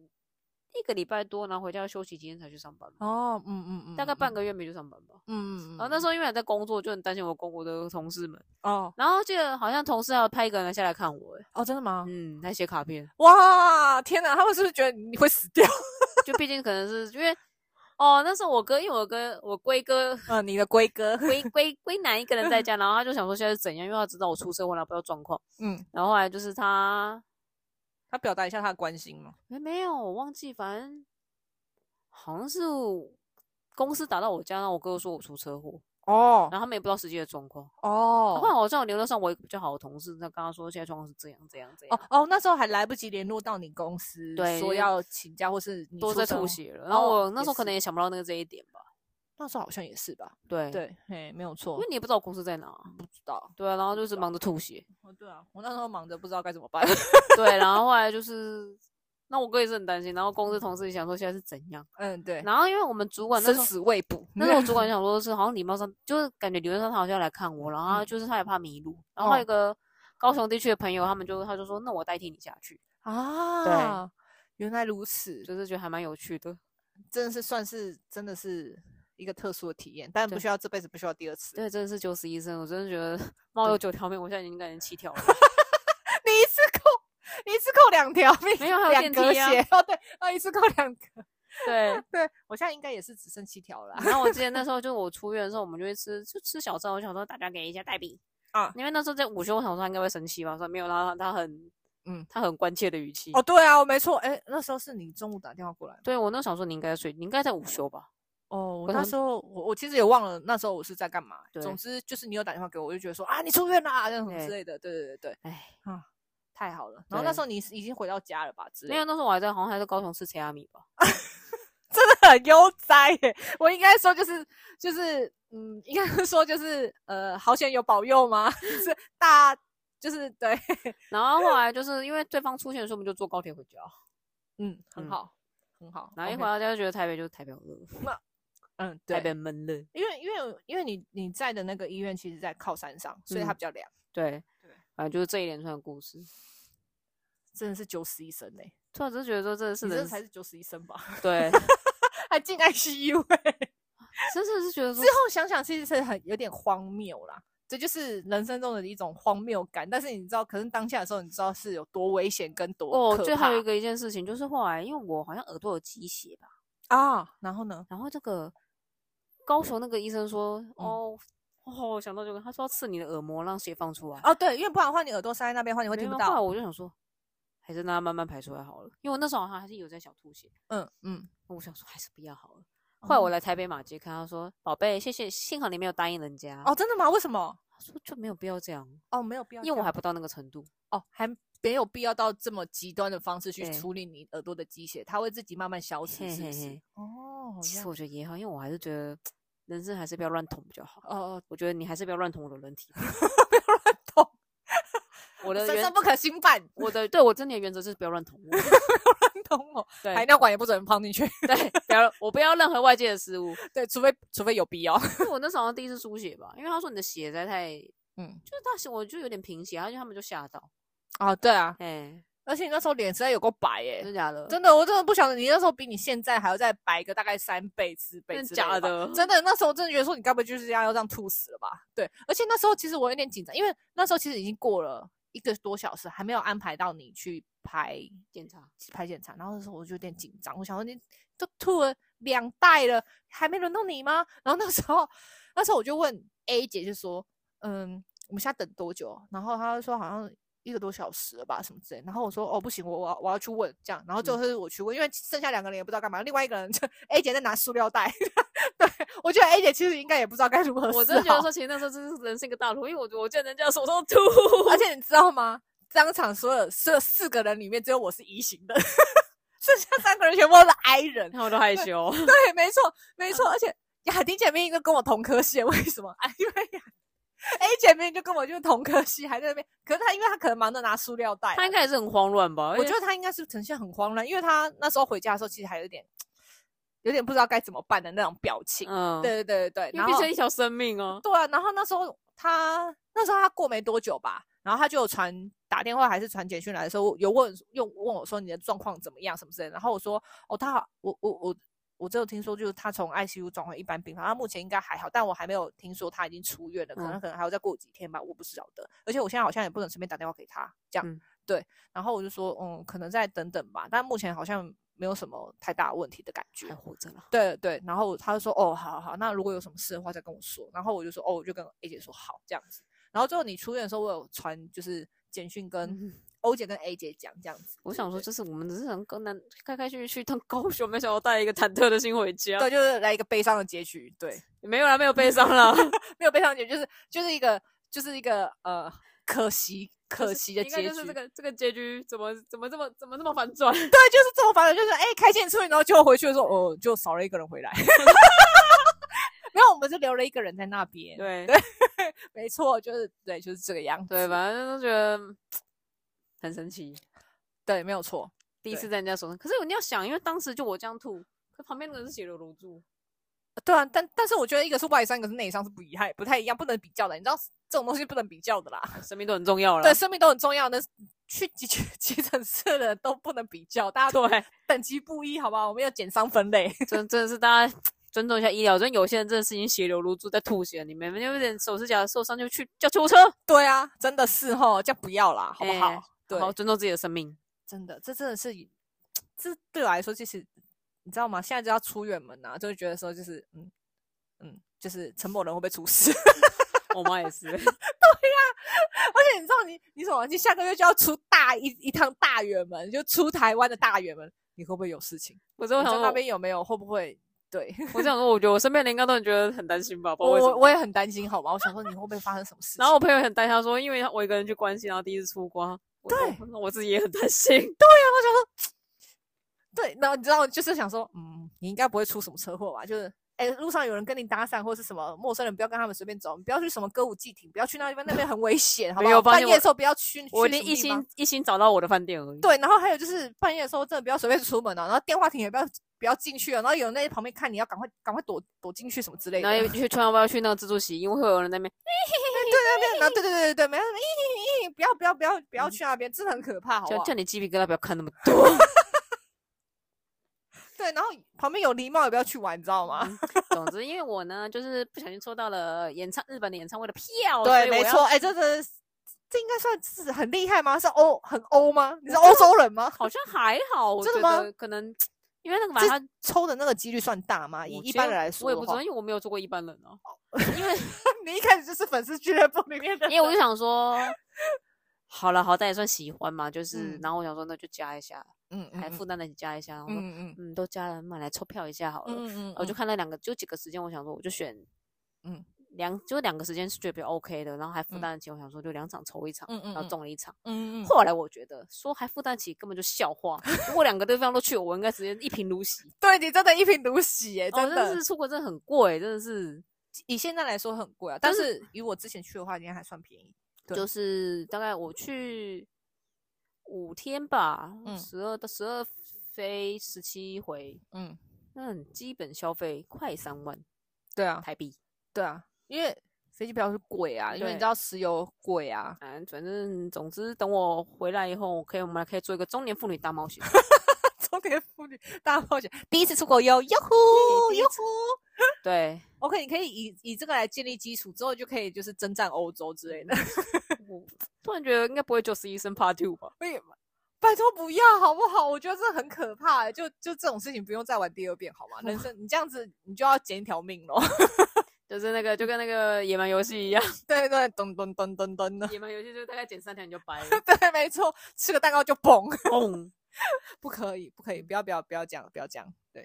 一个礼拜多，然后回家休息几天才去上班吧，
哦，嗯嗯嗯，
大概
嗯
半，个月没去上班吧。
嗯嗯，
然后那时候因为还在工作，就很担心我工我的同事们。
候，哦
然后记得好像同事还要派一个人下来看我、欸，
哦，真的吗？
嗯，还写卡片，
哇，天哪，他们是不是觉得你会死掉？
就毕竟可能是因为哦，那时候我哥，因为我哥我龟哥
呃，你的龟哥，
龟龟 龟男一个人在家，然后他就想说现在是怎样，因为他知道我出车祸了，不知道状况。
嗯，
然后后来就是他
他表达一下他的关心嘛。
没没有，我忘记，反正好像是公司打到我家，然后我哥说我出车祸，
哦
然后他们也不知道实际的状况。后来
哦
好像我联络上我一个比较好的同事，他跟他说现在状况是这样这样这样，
哦哦，那时候还来不及联络到你公司，
对
说要请假或是你
都
出
在
车
吐
祸。
血了。然后
哦
我那
也
时候可
是
能也想不到那个这一点吧，
那时候好像也是吧？
对，
对，嘿，没有
因
错
为。你也不知道我公司在哪，
不知道，
对啊，然后就是忙着吐血，
哦，对啊，我那时候忙着不知道该怎么办。
对，然后后来就是，那我哥也是很担心，然后公司同事也想说现在是怎样，
嗯，对，
然后因为我们主管那
生
时候，
死未卜。
那时候我主管想说是好像礼貌上就是感觉理论上他好像要来看我，然后他
嗯哦
就是他也怕迷路，然后还有一个高雄地区的朋友，他们就他就说那我代替你下去，
啊，原来如此，
就是觉得还蛮有趣的，
真的是算是真的是一个特殊的体验，但不
对
需要这辈子不需要第二次。
对，真的是九死一生，我真的觉得猫有九条命，我现在已经感觉七条 了，
你一次扣，你一次扣两条命，
没有还有
两
电
格
梯啊
血哦，对，哦，一次扣两格。
对。
对我现在应该也是只剩七条了啊。
然后我之前那时候就我出院的时候，我们就会吃就吃小餐，我想说大家给一下代币
啊
因为那时候在午休，我想说他应该会生气吧，我说没有，他他很
嗯
他很关切的语气。
哦，对啊，我没错，哎，那时候是你中午打电话过来吗。
对我那时候想说你应该睡，你应该在午休吧？
哦，我
我
那
想
时候我我其实也忘了那时候我是在干嘛。
对
总之就是你有打电话给我，我就觉得说啊，你出院啦，这样什么
对
之类的。对对对对，
哎，
太好了。然后那
对
时候你是已经回到家了吧？之类
没有，
的，
那时候我还在，好像还在高雄吃切阿米吧？
真的很悠哉耶。我应该说就是就是嗯，应该是说就是呃，好险有保佑吗？ 是大就是对，
然后后来就是因为对方出现的时候，我们就坐高铁回家，
嗯，很
嗯
好，很好。
然后一
OK
回到家就觉得台北就是台北好热，
嗯，
台
对，
北闷热，
因为因为因为你你在的那个医院其实在靠山上，所以它
嗯
比较凉。
对
对，
反正就是这一连串的故事。
真的是九死一生呢、欸，
突然就觉得说真的是
你真
人
的才是九死一生吧，
对，
还进 ICU 哎、
真的是觉得说
之后想想，其实是很有点荒谬啦。这就是人生中的一种荒谬感，但是你知道，可是当下的时候，你知道是有多危险跟多
哦，
可
最
怕
后一个一件事情就是后来，因为我好像耳朵有积血吧，
啊。然后呢？
然后这个高雄那个医生说，
嗯
哦哦，我想到这个，他说要刺你的耳膜让血放出来，
哦，对，因为不然的话，你耳朵塞在那边的话，你会
没
听
有啊
不
后来
到。
我就想说，还是让它慢慢排出来好了，因为我那时候好像还是有在小吐血，
嗯嗯，
我想说还是不要好了。后来我
哦
来台北马街看，他说：“宝贝，谢谢，幸好你没有答应人家。”
哦，，真的吗？为什么？
他说就没有必要这样，
哦，没有必要这样，
因为我还不到那个程度。
哦还没有必要到这么极端的方式去
对
处理你耳朵的积血，它会自己慢慢消失，
嘿
是
嘿
不是
嘿？，
哦，
其
这
实
样
我觉得也好，因为我还是觉得人生还是不要乱捅比较好。
哦哦，
我觉得你还是不要乱捅我的人 体。
痛，
我的
生
原
生不可兴 办，
我的对我真的原则就是不要乱 捅我。
懂我？
对
排尿管也不准放进去，
对，不要我不要任何外界的事物。
对，除非除非有必要。
因为我那时候好像第一次输血吧，因为他说你的血实在太
嗯，
就是他血我就有点贫血，然后就他们就吓到。
哦，对啊，
哎，
而且你那时候脸实在有够白耶、
真的假的？
真的，我真的不晓得你那时候比你现在还要再白个大概三倍、四倍
真的
之类
假
吧
的
真的，那时候真的觉得说你该不会就是这样要这样吐死了吧？对，而且那时候其实我有点紧张，因为那时候其实已经过了一个多小时，还没有安排到你去排
检查
排检查，然后那时候我就有点紧张，我想说你都吐了两袋了，还没轮到你吗？然后那时候，那时候我就问 A 姐，就说，嗯，我们现在等多久？啊然后她就说好像一个多小时了吧，什么之类。然后我说哦不行，我我要我要去问这样。然后
嗯
最后是我去问，因为剩下两个人也不知道干嘛，另外一个人 就 A 姐在拿塑料袋。 对，我觉得 A 姐其实应该也不知道该如何。
我真的觉得说，，其实那时候真是人生一个大辱，因为我我见人家手上 吐，
而且你知道吗？当场所有这四个人里面，只有我是移形的， 剩下三个人全部都是 I 人。
然后我都害羞。
对，没错，没
嗯
错，而且雅婷姐妹应该跟我同科系，为什么？ 啊，因为雅 A 姐妹就跟我就是同科系，还在那边。可是她，因为她可能忙着拿塑料袋啊，
他应该也是很慌乱吧？
我觉得
得
她应该是呈现很慌乱，因为她那时候回家的时候，其实还有点有点不知道该怎么办的那种表情。
嗯，，
对对对对，
因
然
为毕
后
竟一条生命哦。
对啊，然后那时候她那时候她过没多久吧，然后她就有传打电话还是传简讯来的时候，有问用问我说你的状况怎么样什么之类的，然后我说哦，她好，我我我我只有听说就是她从 ICU 转回一般病房，她目前应该还好，但我还没有听说她已经出院了，可能
嗯
可能还要再过几天吧，我不晓得，而且我现在好像也不能随便打电话给她这样，
嗯
对，然后我就说嗯，可能再等等吧，但目前好像没有什么太大问题的感觉
还，活着了，
对对，然后他就说哦，好好好，那如果有什么事的话再跟我说。然后我就说哦，我就跟 A 姐说好这样子。然后最后你出院的时候，我有传就是简讯跟 O 姐跟 A 姐讲这样子。
嗯我
对
想说，
对
这是我们只是很跟南开开心心去一趟高雄，没想到带一个忐忑的心回家，
对，就是来一个悲伤的结局。对，
没有啦，没有悲伤 啦，
没有悲伤的结局，就是就是一个就是一个呃可惜可惜的
应该
结局。
就是这个这个结局怎么怎么这么怎么这么反 转？
对，就是这么反正就是哎、开心出去，然后结果回去的时候，哦，就少了一个人回 来。没有，我们就留了一个人在那边。
对
没错，就是对，就是这个样子。
对，？反正都觉得很神奇，
对，没有错。
第一
对
次在人家手上。可是你要想，因为当时就我这样吐，可旁边那个人是血流如注，
对啊，但但是我觉得一个是外伤，一个是内伤是不一害不太一样，不能比较的。你知道这种东西不能比较的啦。
生命都很重要了。
对，生命都很重要，但是去急去急诊 室的人都不能比较，大家都
对，
等级不一，好不好？我们要减伤分类。
真真的是大家尊重一下医疗，真的有些人真的是已经血流如注在吐血，你们有点手指甲受伤就去叫救护车，
对啊，真的是吼，这样不要啦，好不好？
哎
对，
好好尊重自己的生 命。
真的，这真的是，这对我来说，其实你知道吗？现在就要出远门啊，就会觉得说，就是嗯嗯，就是陈某人会不会出事？
我妈也是，
而且你知道你你什么？你下个月就要出大一一趟大远门，就出台湾的大远门，你会不会有事 情？
我真的
你
想
在
说
那边有没有？会不会？对
我想说，我觉得我身边的人应该都很觉得很担心吧，不
我
知道为什
我
么。
我也很担心，好吗？我想说你会不会发生什么事情？
然后我朋友也很担心，他说因为我一个人去关心，然后第一次出国，我
对
我我自己也很担心。
对，然后你知道，就是想说，嗯，你应该不会出什么车祸吧？就是。哎、路上有人跟你搭讪或是什么陌生人，不要跟他们随便走，你不要去什么歌舞伎町，不要去那地方，那边很危险，好不
没有
好？
发
半
现
夜的
我
时候不要去，去
我
什
连
么
一
地方
心一心找到我的饭店而已。
对，然后还有就是半夜的时候，真的不要随便出门啊，然后电话亭也不要不要进去啊，然后有人在旁边看你要赶快赶快躲躲进去什么之类的。
然后又去千万不要去那个自助洗衣，因为会有人在那边。
对对对，然后对对对对对，没有什么，咦咦咦，行，不要不要不要不要去那边，真的很可怕，好啊不
叫
好
叫？你鸡皮疙瘩不要看那么多，
对，然后旁边有狸猫也不要去玩，你知道吗？
嗯总之，因为我呢，就是不小心抽到了演唱日本的演唱会的票，所
对，
以
没
我要
错，，哎，这这这应该算是很厉害吗？是欧很欧吗？你是欧洲人吗？
好像还好，我
真的
觉
吗
得可能因为那个
这
吧，他
抽的那个几率算大吗？以一般人来说
我也
的
不
话，
知道，因为我没有做过一般人 啊，
你一开始就是粉丝俱乐部里面的人，
因为我就想说，好了，好歹也算喜欢嘛，就是，
嗯
然后我想说那就加一下，
嗯嗯
还负担得起加一下，然后说
嗯嗯
嗯，都加了，那来抽票一下好了，
嗯嗯，
我就看那两个，就几个时间，我想说我就选，
嗯，
两就两个时间是觉得比较 OK 的，然后还负
嗯
担得起，我想说就两场抽一场，
嗯嗯
然
嗯
后中了一场。
嗯嗯，
后来我觉得说还负担起根本就笑话，如果两个对方都去，我应该直接一贫如洗。
对你真的一贫如洗耶，
哦，
真的
是出国真的很贵，真的是
以现在来说很贵啊，但
就是
以我之前去的话，应该还算便宜。对
就是大概我去五天吧，
嗯
十二到十二飞十七回，
嗯，
那很基本消费快三万
对啊，
台币。
对啊，因为飞机票是贵啊，因为你
对
知道石油贵啊。
嗯，反正总之等我回来以后，我可以我们可以做一个中年妇女大冒险。
中年妇女大冒险， 第一次出国游，哟呼
第一
哟呼。
对，
OK，你可以以以这个来建立基础，之后就可以就是征战欧洲之类的。
我突然觉得应该不会就是医生 Part Two 吧？
为什么？拜托不要好不好？我觉得这很可怕、就就这种事情不用再玩第二遍好吗？人生你这样子，你就要捡一条命咯。
就是那个就跟那个野蛮游戏一样，
对对，噔噔噔噔噔的，
野蛮游戏就是大概减三条你就掰了。
对，没错，吃个蛋糕就崩。
嘣！
不可以，不可以，不要不要不要这样，不要这样，对，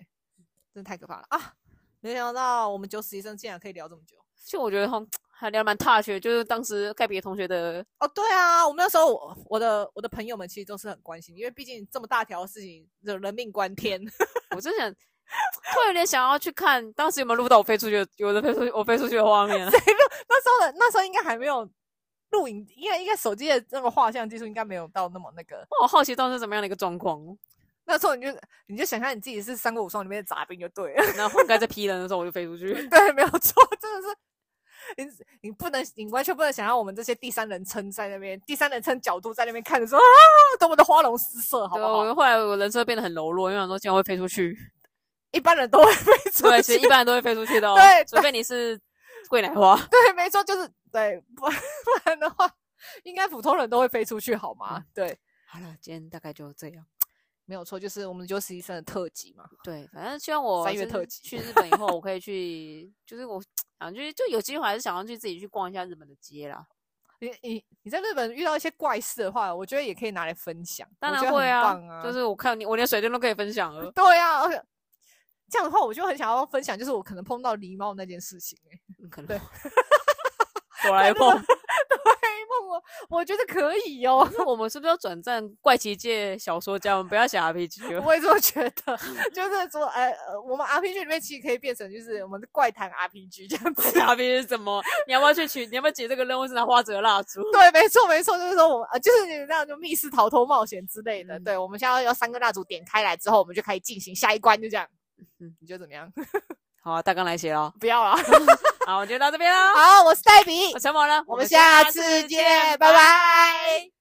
真的太可怕了啊！没想到我们九死一生竟然可以聊这么久
其实我觉得哈，还聊得蛮 touch，的就是当时盖比的同学的，
哦。对啊，我们那时候我我的我的朋友们其实都是很关心，因为毕竟这么大条的事情，人人命关天。
我真想，突然有点想要去看当时有没有录到我飞出去的，有的飞出去，我飞出去的画面啊。
那时候的那时候应该还没有录影，应该应该手机的那个画像技术应该没有到那么那个。
我好好奇当时怎么样的一个状况哦，
那时候你就你就想象你自己是三国无双里面的杂兵就对了，
然后换盖在劈人的时候我就飞出去。
对，没有错，真的是。你你不能，你完全不能想象我们这些第三人称在那边，第三人称角度在那边看着说啊，多么的花容失色，好
对
不
啊，
好？
我后来我人设变得很柔弱，因为想说竟然会飞出去。
一般人都会 被出
对，其
去
实一般人都会飞出去的、哦，
对
除非你是桂奶花。
对，没错，就是对，不 不然的话，应该普通人都会飞出去，好吗？
嗯
对，
好了，今天大概就这样。
没有错，就是我们九死一生的特辑嘛。
对，反正希望我
三月
就是
特辑
去日本以后，我可以去，就是我想去，就有机会还是想要去自己去逛一下日本的街啦。
你你你在日本遇到一些怪事的话，我觉得也可以拿来分享，
当
我
然
觉得
会
很
啊，
棒啊，
就是我看你，我连水电都可以分享了。
对啊，而且这样的话，我就很想要分享，就是我可能碰到狸猫那件事情、欸，
嗯可能
对
哆啦 A 梦，
梦我我觉得可以哦、
那 我们是不是要转战怪奇界小说家？我们不要写 RPG 了。
我也这么觉得， 就是说，呃，呃我们 RPG 里面其实可以变成就是我们的怪谈 RPG 这样子。
RPG 是什么？你要不要去取？你要不要解这个任务？是拿花折蜡烛？
对，没错，没错，就是说我们呃，就是你们那样就密室逃脱冒险之类的。
嗯
对，我们现在要三个蜡烛点开来之后，我们就可以进行下一关，就这样。
嗯
你觉得怎么样？
好、啊，大纲来写咯。
不要了。
好，我就到这边啦。
好，我是黛比
我，陈某了，
我们下次见，拜拜。